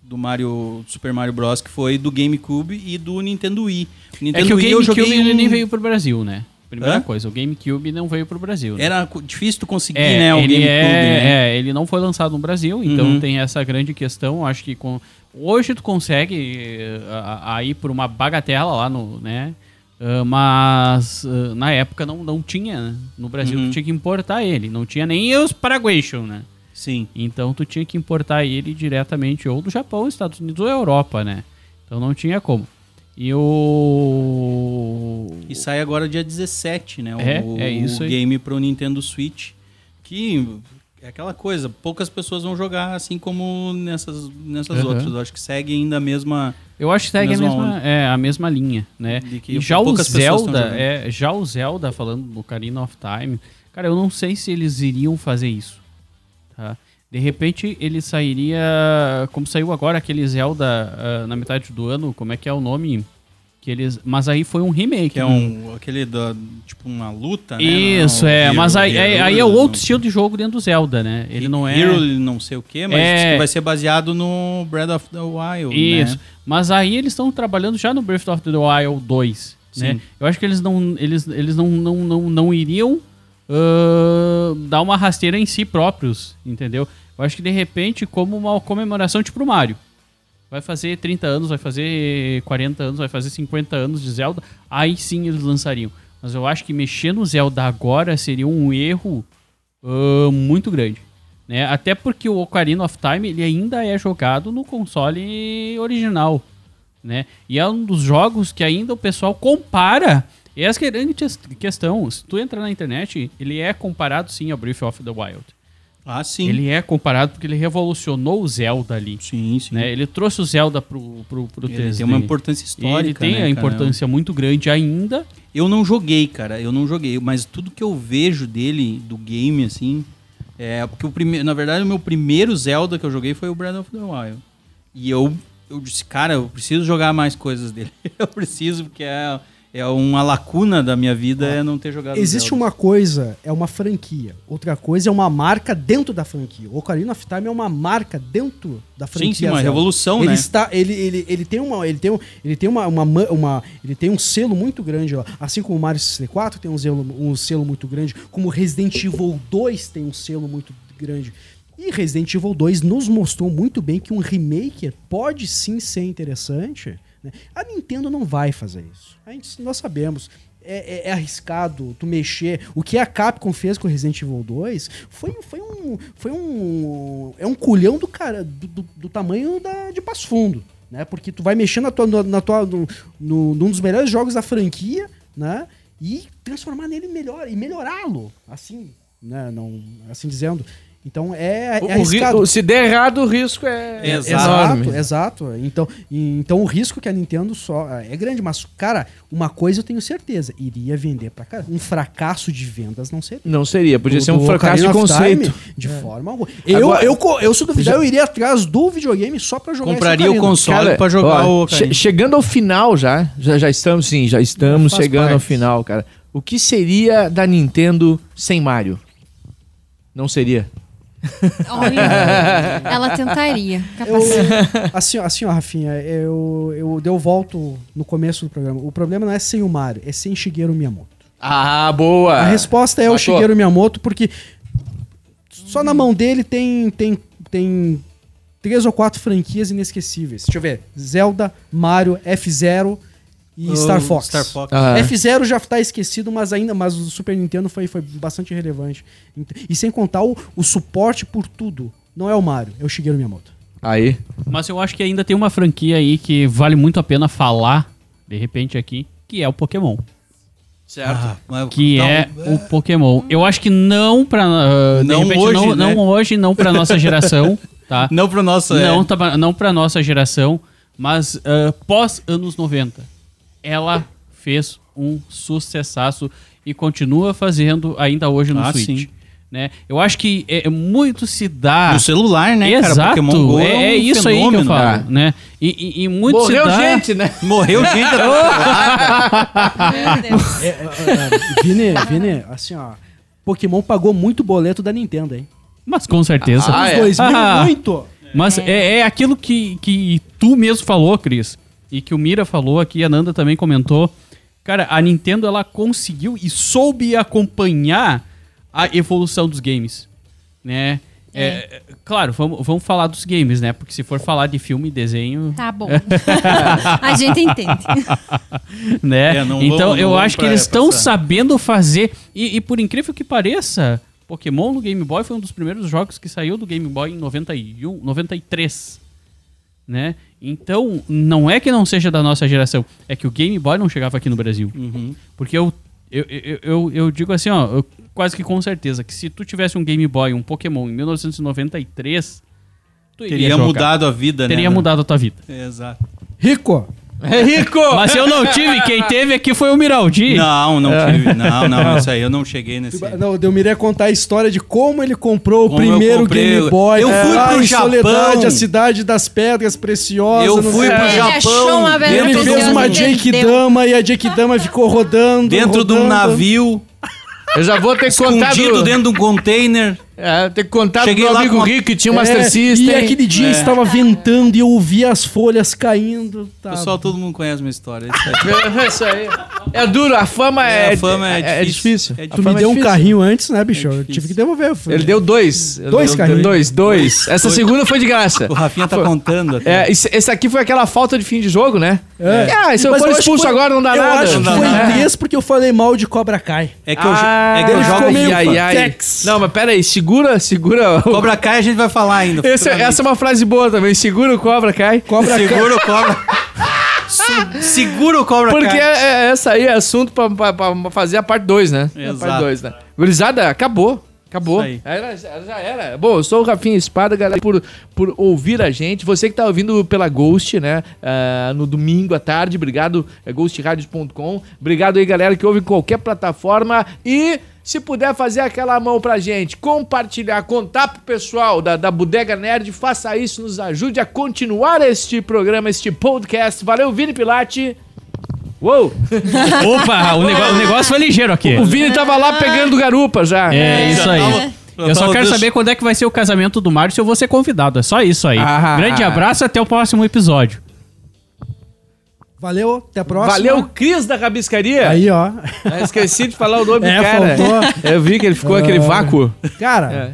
Speaker 6: Do Mario Super Mario Bros. que foi do GameCube e do Nintendo Wii.
Speaker 4: É que o
Speaker 6: Wii eu
Speaker 4: GameCube
Speaker 6: joguei
Speaker 4: ele
Speaker 6: um-
Speaker 4: nem veio pro Brasil, né? Primeira
Speaker 6: Hã?
Speaker 4: coisa, o GameCube não veio pro Brasil. né?
Speaker 6: Era co- difícil tu conseguir,
Speaker 4: É,
Speaker 6: né? O
Speaker 4: ele
Speaker 6: GameCube,
Speaker 4: é,
Speaker 6: né?
Speaker 4: é, ele não foi lançado no Brasil, então
Speaker 6: Uhum.
Speaker 4: tem essa grande questão. Acho que com- hoje tu consegue eh, a- a ir por uma bagatela lá no, né? Ah, mas ah, na época não, não tinha. né? No Brasil
Speaker 6: Uhum.
Speaker 4: tu tinha que importar ele, não tinha nem os Paraguation, né?
Speaker 6: Sim.
Speaker 4: Então tu tinha que importar ele diretamente ou do Japão, Estados Unidos ou Europa, né? Então não tinha como. E o
Speaker 6: E sai agora dia 17, né? O,
Speaker 4: É, é isso
Speaker 6: o
Speaker 4: aí.
Speaker 6: game pro Nintendo Switch. Que é aquela coisa, poucas pessoas vão jogar assim como nessas, nessas
Speaker 4: Aham.
Speaker 6: outras. Eu acho que segue ainda a mesma.
Speaker 4: Eu acho que segue a
Speaker 6: Mesma
Speaker 4: mesma,
Speaker 6: onda.
Speaker 4: é, a mesma linha, né?
Speaker 6: De que
Speaker 4: E já o
Speaker 6: poucas pessoas tão
Speaker 4: Zelda,
Speaker 6: jogando.
Speaker 4: é, já o Zelda, falando do Ocarina of Time, cara, eu não sei se eles iriam fazer isso, tá? De repente ele sairia, como saiu agora aquele Zelda ah, na metade do ano, como é que é o nome? Que eles, mas aí foi um remake.
Speaker 6: Que é
Speaker 4: né?
Speaker 6: um. aquele da. tipo uma luta, né?
Speaker 4: Isso,
Speaker 6: Não,
Speaker 4: é,
Speaker 6: Hero-
Speaker 4: mas aí, aí,
Speaker 6: Hero-
Speaker 4: aí é outro estilo de jogo dentro do Zelda, né? Ele não é...
Speaker 6: Hero não sei o que, mas
Speaker 4: É.
Speaker 6: diz que vai ser baseado no Breath of the Wild.
Speaker 4: Isso.
Speaker 6: Né?
Speaker 4: Mas aí eles estão trabalhando já no Breath of the Wild 2. Né?
Speaker 6: Sim.
Speaker 4: Eu acho que eles não, eles, eles não, não, não, não iriam ah, dar uma rasteira em si próprios, entendeu? Eu acho que de repente, como uma comemoração tipo o Mario. Vai fazer 30 anos, vai fazer 40 anos, vai fazer 50 anos de Zelda, aí sim eles lançariam. Mas eu acho que mexer no Zelda agora seria um erro ah, muito grande. Né? Até porque o Ocarina of Time ele ainda é jogado no console original. Né? E é um dos jogos que ainda o pessoal compara. E essa que é a grande ques- questão. Se tu entrar na internet, ele é comparado sim ao Breath of the Wild.
Speaker 6: Ah, sim.
Speaker 4: Ele é comparado porque ele revolucionou o Zelda ali.
Speaker 6: Sim, sim.
Speaker 4: Né? Ele trouxe o Zelda pro, pro, pro
Speaker 6: Ele
Speaker 4: 3D.
Speaker 6: tem uma importância
Speaker 4: E ele
Speaker 6: histórica.
Speaker 4: tem
Speaker 6: né,
Speaker 4: a
Speaker 6: cara?
Speaker 4: importância muito grande ainda.
Speaker 6: Eu não joguei, cara. Eu não joguei. Mas tudo que eu vejo dele, do game, assim. É. Porque o primeiro. Na verdade, o meu primeiro Zelda que eu joguei foi o Breath of the Wild. E eu, eu disse, cara, eu preciso jogar mais coisas dele. [laughs] eu preciso, porque é, é uma lacuna da minha vida é não ter jogado.
Speaker 5: Ah. Existe
Speaker 6: Zelda.
Speaker 5: uma coisa, é uma franquia. Outra coisa é uma marca dentro da franquia. O Ocarina of Time é uma marca dentro da franquia.
Speaker 6: Sim, sim, uma
Speaker 5: Zelda.
Speaker 6: revolução,
Speaker 5: ele
Speaker 6: né?
Speaker 5: está, ele, ele, ele tem uma, ele tem, um, ele tem uma, uma, ma- uma- ele tem um selo muito grande, ó. Assim como o Mario 64 tem um selo, um selo muito grande, como Resident Evil 2 tem um selo muito grande. E Resident Evil 2 nos mostrou muito bem que um remake pode sim ser interessante. né? A Nintendo não vai fazer isso. A gente, nós sabemos. É, é- é arriscado tu mexer. O que a Capcom fez com Resident Evil 2 foi, foi um. Foi um. É um culhão do cara. Do, do- do tamanho da, de Passo Fundo. Né? Porque tu vai mexer na tua, na, na tua, no, no- num dos melhores jogos da franquia, né? E transformar nele melhor e melhorá-lo. Assim, né? Não, assim dizendo. Então é, é
Speaker 8: O- o ri-
Speaker 5: arriscado.
Speaker 8: o- se der errado, o risco é,
Speaker 6: Exato.
Speaker 8: enorme.
Speaker 5: Exato, Então, e- então o risco que a Nintendo só é grande, mas cara, uma coisa eu tenho certeza, iria vender pra caramba. Um fracasso de vendas não seria.
Speaker 8: Não seria, podia
Speaker 5: Do-
Speaker 8: ser um
Speaker 5: do
Speaker 8: fracasso de
Speaker 5: Ocarina of
Speaker 8: conceito. É.
Speaker 5: Time, de forma alguma. Eu,
Speaker 8: Agora-
Speaker 5: eu, co- eu, se duvidar, eu iria atrás do videogame só pra jogar esse
Speaker 6: Compraria o
Speaker 5: Ocarina.
Speaker 6: console pra jogar
Speaker 8: ó,
Speaker 6: o.
Speaker 8: che-
Speaker 6: Ocarina.
Speaker 8: chegando ao final já, já, já estamos sim, já estamos
Speaker 6: Faz
Speaker 8: chegando ao
Speaker 6: parte.
Speaker 8: final, cara. O que seria da Nintendo sem Mario? Não seria.
Speaker 7: Olha, ela tentaria.
Speaker 5: Eu,
Speaker 7: Capaz...
Speaker 5: assim, ó, assim, ó, Rafinha, eu, eu, eu volto no começo do programa. O problema não é sem o Mario, é sem Shigeru Miyamoto.
Speaker 8: Ah, boa!
Speaker 5: A resposta é o
Speaker 8: matou.
Speaker 5: Shigeru Miyamoto, porque só na mão dele tem, tem, tem três ou quatro franquias inesquecíveis. Deixa eu ver. Zelda, Mario, F-Zero e
Speaker 6: O
Speaker 5: Star Fox.
Speaker 6: Star Fox.
Speaker 8: Ah,
Speaker 5: F-Zero já tá esquecido, mas ainda, mas o Super Nintendo foi, foi bastante relevante. Ent- E sem contar o, o suporte por tudo. Não é o Mario, é o Shigeru Miyamoto.
Speaker 8: aí.
Speaker 4: Mas eu acho que ainda tem uma franquia aí que vale muito a pena falar, de repente aqui, que é o Pokémon.
Speaker 8: Certo.
Speaker 6: Mas-
Speaker 4: Ah, que
Speaker 6: então,
Speaker 4: é o Pokémon. Eu acho que não pra. ah, de
Speaker 6: Não
Speaker 4: repente,
Speaker 6: hoje,
Speaker 4: não,
Speaker 6: né?
Speaker 4: não hoje, não pra
Speaker 6: [laughs]
Speaker 4: nossa geração, tá?
Speaker 6: Não pro nosso. é.
Speaker 4: Não, tá, não pra nossa geração, mas ah, pós anos 90, ela fez um sucessaço e continua fazendo ainda hoje no
Speaker 6: Ah,
Speaker 4: Switch.
Speaker 6: sim.
Speaker 4: Né? Eu acho que é, é muito se dá.
Speaker 6: No celular, né,
Speaker 4: Exato,
Speaker 6: cara? Pokémon Go
Speaker 4: é,
Speaker 6: um
Speaker 4: é isso aí que eu
Speaker 6: fenômeno,
Speaker 4: falo,
Speaker 6: cara.
Speaker 4: né? E, e- e muito
Speaker 8: Morreu
Speaker 4: se dá...
Speaker 8: gente, né?
Speaker 4: [laughs]
Speaker 6: Morreu gente.
Speaker 7: Meu Deus.
Speaker 5: Vini, Vini, assim, ó. Pokémon pagou muito boleto da Nintendo, hein?
Speaker 4: Mas com certeza.
Speaker 2: Ah,
Speaker 5: Os
Speaker 2: é.
Speaker 5: dois mil,
Speaker 4: Ah.
Speaker 5: muito.
Speaker 4: Mas é, é aquilo que, que tu mesmo falou, Cris, e que o Mira falou aqui, a Nanda também comentou. Cara, a Nintendo ela conseguiu e soube acompanhar a evolução dos games, né? É, Claro, vamos, vamos falar dos games, né? Porque se for falar de filme e desenho,
Speaker 7: Tá
Speaker 4: [laughs]
Speaker 7: bom. a gente entende.
Speaker 4: né?
Speaker 6: É, não
Speaker 4: então
Speaker 6: vamos- não
Speaker 4: eu
Speaker 6: vamos
Speaker 4: acho que
Speaker 6: pra-
Speaker 4: eles estão
Speaker 6: passar.
Speaker 4: sabendo fazer. E, e por incrível que pareça, Pokémon no Game Boy foi um dos primeiros jogos que saiu do Game Boy em 91, 93. Né? Então, não é que não seja da nossa geração, é que o Game Boy não chegava aqui no Brasil.
Speaker 2: Uhum.
Speaker 4: Porque eu, eu, eu, eu, eu digo assim, ó, eu quase que com certeza, que se tu tivesse um Game Boy, um Pokémon em 1993, tu iria
Speaker 6: Teria
Speaker 4: jogar.
Speaker 6: mudado a vida, né?
Speaker 4: Teria mudado a tua vida.
Speaker 6: É, exato.
Speaker 5: Rico.
Speaker 2: É rico!
Speaker 4: Mas eu não tive, quem teve aqui foi o Miraldi.
Speaker 6: Não, não tive. Não, não, isso aí eu não cheguei nesse.
Speaker 5: Não, eu me iria contar a história de como ele comprou o
Speaker 6: Como
Speaker 5: primeiro
Speaker 6: eu comprei.
Speaker 5: Game Boy.
Speaker 6: Eu fui
Speaker 5: lá
Speaker 6: pro
Speaker 5: em
Speaker 6: Japão.
Speaker 5: Soledade, a cidade das pedras preciosas.
Speaker 6: Eu
Speaker 5: não
Speaker 6: fui
Speaker 5: sei
Speaker 6: pro
Speaker 5: o quê.
Speaker 7: Ele
Speaker 6: Japão,
Speaker 7: achou uma velha
Speaker 5: Ele fez
Speaker 7: preciosa
Speaker 5: uma
Speaker 7: e
Speaker 5: Jake
Speaker 7: perdeu.
Speaker 5: Dama e a Jake Dama ficou rodando.
Speaker 6: Dentro de um
Speaker 5: rodando.
Speaker 6: navio,
Speaker 2: Eu já vou ter contado.
Speaker 6: escondido dentro de um container.
Speaker 2: É, ter contado
Speaker 6: Cheguei
Speaker 2: pro
Speaker 6: lá
Speaker 2: amigo
Speaker 6: com uma-
Speaker 2: rico que tinha um
Speaker 5: É,
Speaker 2: Master System.
Speaker 5: E aquele dia
Speaker 6: É.
Speaker 5: estava ventando e eu ouvia as folhas caindo. Tá.
Speaker 6: Pessoal, todo mundo conhece minha história. Isso aí.
Speaker 2: É isso aí. É duro, a fama é.
Speaker 6: É, a fama é difícil.
Speaker 2: É difícil.
Speaker 6: É
Speaker 2: A
Speaker 5: Tu
Speaker 2: fama
Speaker 5: me
Speaker 2: é
Speaker 5: deu um
Speaker 2: difícil.
Speaker 5: carrinho antes, né, bicho? eu tive
Speaker 6: difícil.
Speaker 5: que devolver. foi.
Speaker 2: Ele deu dois.
Speaker 5: Dois
Speaker 2: Ele deu
Speaker 5: carrinhos.
Speaker 2: Dois, dois. Essa segunda foi de graça.
Speaker 6: O Rafinha tá
Speaker 2: Foi-
Speaker 6: contando até.
Speaker 2: É, esse, esse aqui foi aquela falta de fim de jogo, né?
Speaker 5: É.
Speaker 2: Ah, se eu
Speaker 5: Mas
Speaker 2: for
Speaker 5: eu acho
Speaker 2: expulso
Speaker 5: que foi-
Speaker 2: agora não dá
Speaker 5: Eu
Speaker 2: nada.
Speaker 5: acho que
Speaker 2: Não dá
Speaker 5: foi
Speaker 2: nada. Ah,
Speaker 5: três porque eu falei mal de Cobra Kai.
Speaker 6: É que eu, jo- é que
Speaker 5: ele
Speaker 6: eu
Speaker 5: ficou
Speaker 6: jogo
Speaker 5: meio-
Speaker 2: ai, ai.
Speaker 5: Tex.
Speaker 2: Não, mas pera aí, segura, segura. o-
Speaker 6: Cobra Kai a gente vai falar ainda.
Speaker 2: Esse- essa é uma frase boa também, segura o cobra, cai.
Speaker 5: Cobra Kai.
Speaker 6: Segura o Cobra. Su- Segura o Cobra
Speaker 2: Porque
Speaker 6: Kai.
Speaker 2: é- é- essa aí é assunto pra, pra- pra fazer a parte 2, né? A
Speaker 6: Exato.
Speaker 2: parte 2, né? Gurizada, acabou. Acabou.
Speaker 6: Isso
Speaker 2: Era- já já era. Bom, eu sou o Rafinha Espada, galera, por, por ouvir a gente. Você que tá ouvindo pela Ghost, né? ah, no domingo à tarde. Obrigado, é ghostradios.com. Obrigado aí, galera, que ouve em qualquer plataforma. E se puder fazer aquela mão pra gente, compartilhar, contar pro pessoal da, da Bodega Nerd, faça isso, nos ajude a continuar este programa, este podcast. Valeu, Vini Pilate. Uou!
Speaker 4: Opa, o, nego- o negócio foi ligeiro aqui.
Speaker 2: O Vini tava lá pegando garupa já.
Speaker 4: É isso aí. Eu só quero saber
Speaker 6: quando.
Speaker 4: quando é que vai ser o casamento do Márcio se eu vou ser convidado. É só isso aí.
Speaker 2: Ah.
Speaker 4: Grande abraço até o próximo episódio.
Speaker 5: Valeu, até a próxima.
Speaker 2: Valeu, Cris da Rabiscaria.
Speaker 5: Aí, ó.
Speaker 2: Ah, Esqueci de falar o
Speaker 5: [laughs]
Speaker 2: nome
Speaker 5: É,
Speaker 2: do cara.
Speaker 5: faltou. Ah.
Speaker 2: Eu vi que ele ficou aquele vácuo.
Speaker 5: Cara,
Speaker 2: É.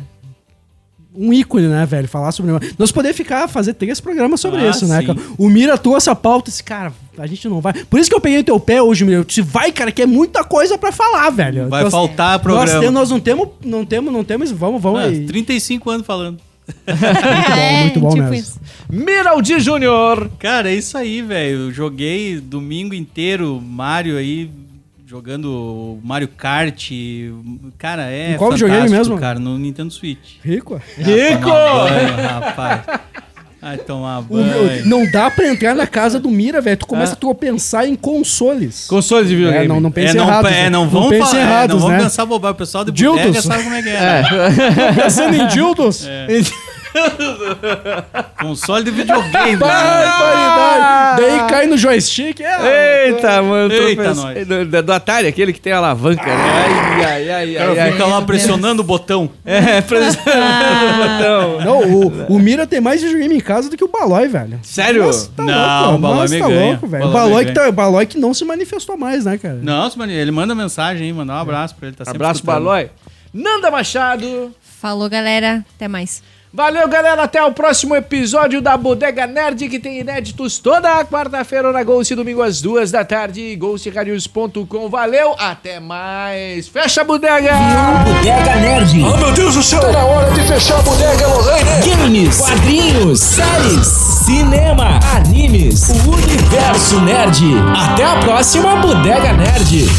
Speaker 5: um ícone, né, velho? Falar sobre. Nós poder ficar, fazer três programas sobre
Speaker 6: Ah,
Speaker 5: isso, né,
Speaker 6: sim.
Speaker 5: cara? O Mira trouxe a pauta e disse, cara, a gente não vai. Por isso que eu peguei teu pé hoje, Mira. Eu disse, vai, cara, que é muita coisa pra falar, velho.
Speaker 6: Vai
Speaker 5: Nós-
Speaker 6: faltar
Speaker 5: Nós,
Speaker 6: programa.
Speaker 5: tem- nós não temos, não temos, não temos. Vamos, vamos
Speaker 6: Ah,
Speaker 5: aí.
Speaker 6: 35 anos falando.
Speaker 7: É,
Speaker 5: muito bom mesmo.
Speaker 7: isso.
Speaker 2: Miraldi Júnior.
Speaker 6: Cara, é isso aí, velho. Eu Joguei domingo inteiro Mario aí, jogando Mario Kart. Cara, é
Speaker 5: Em qual
Speaker 6: fantástico,
Speaker 5: videogame mesmo?
Speaker 6: cara, no Nintendo Switch.
Speaker 5: Rico. é?
Speaker 6: Rico! Rapaz. Ai, tomar
Speaker 5: O meu-
Speaker 6: banho.
Speaker 5: não dá pra entrar na casa do Mira, velho. Tu começa a tu a pensar em consoles.
Speaker 2: Console de
Speaker 5: É,
Speaker 2: videogame.
Speaker 5: não, não pensa
Speaker 6: É, não,
Speaker 5: errado.
Speaker 6: é,
Speaker 5: né?
Speaker 6: não vão
Speaker 5: pensa
Speaker 6: falar, é,
Speaker 5: errados,
Speaker 6: não vão
Speaker 5: né?
Speaker 6: cansar bobar o pessoal do
Speaker 5: Dildos.
Speaker 6: Bodega, sabe como é que é. né?
Speaker 5: Pensando em dildos.
Speaker 6: É. Console de videogame. né?
Speaker 5: [laughs] Barbaridade. Daí cai no joystick. É.
Speaker 2: Eita, mano. tô
Speaker 6: Eita,
Speaker 2: pensando-
Speaker 6: nós.
Speaker 2: Do, do- do Atari, aquele que tem a alavanca. né? Ai, ai, ai,
Speaker 6: O
Speaker 2: ai,
Speaker 6: cara
Speaker 2: ai.
Speaker 6: fica lá pressionando o é um botão.
Speaker 2: É, [laughs] precisando.
Speaker 5: Não, o, o Mira tem mais videogame em casa do que o Balói, velho.
Speaker 2: Sério?
Speaker 5: Nossa, tá
Speaker 6: Não,
Speaker 5: louco,
Speaker 6: o Balói
Speaker 5: nossa,
Speaker 6: me
Speaker 5: tá
Speaker 6: ganha.
Speaker 5: louco, velho. O
Speaker 6: Balói me
Speaker 5: Balói que,
Speaker 6: ganha.
Speaker 5: tá- o Balói que não se manifestou mais, né, cara?
Speaker 6: Nossa, mano, ele manda mensagem aí, mandar um abraço pra ele. Tá sempre
Speaker 2: Abraço,
Speaker 6: escutando.
Speaker 2: Balói. Nanda Machado.
Speaker 7: Falou, galera. Até mais.
Speaker 2: Valeu, galera. Até o próximo episódio da Bodega Nerd, que tem inéditos toda quarta-feira na Ghost, domingo às duas da tarde, ghostradios.com. Valeu, até mais. Fecha a bodega!
Speaker 9: Bodega Nerd.
Speaker 10: Oh meu Deus do céu! Tá na hora de fechar a bodega, Lorraine!
Speaker 9: Games, quadrinhos, séries, cinema, animes, o universo nerd. Até a próxima Bodega Nerd.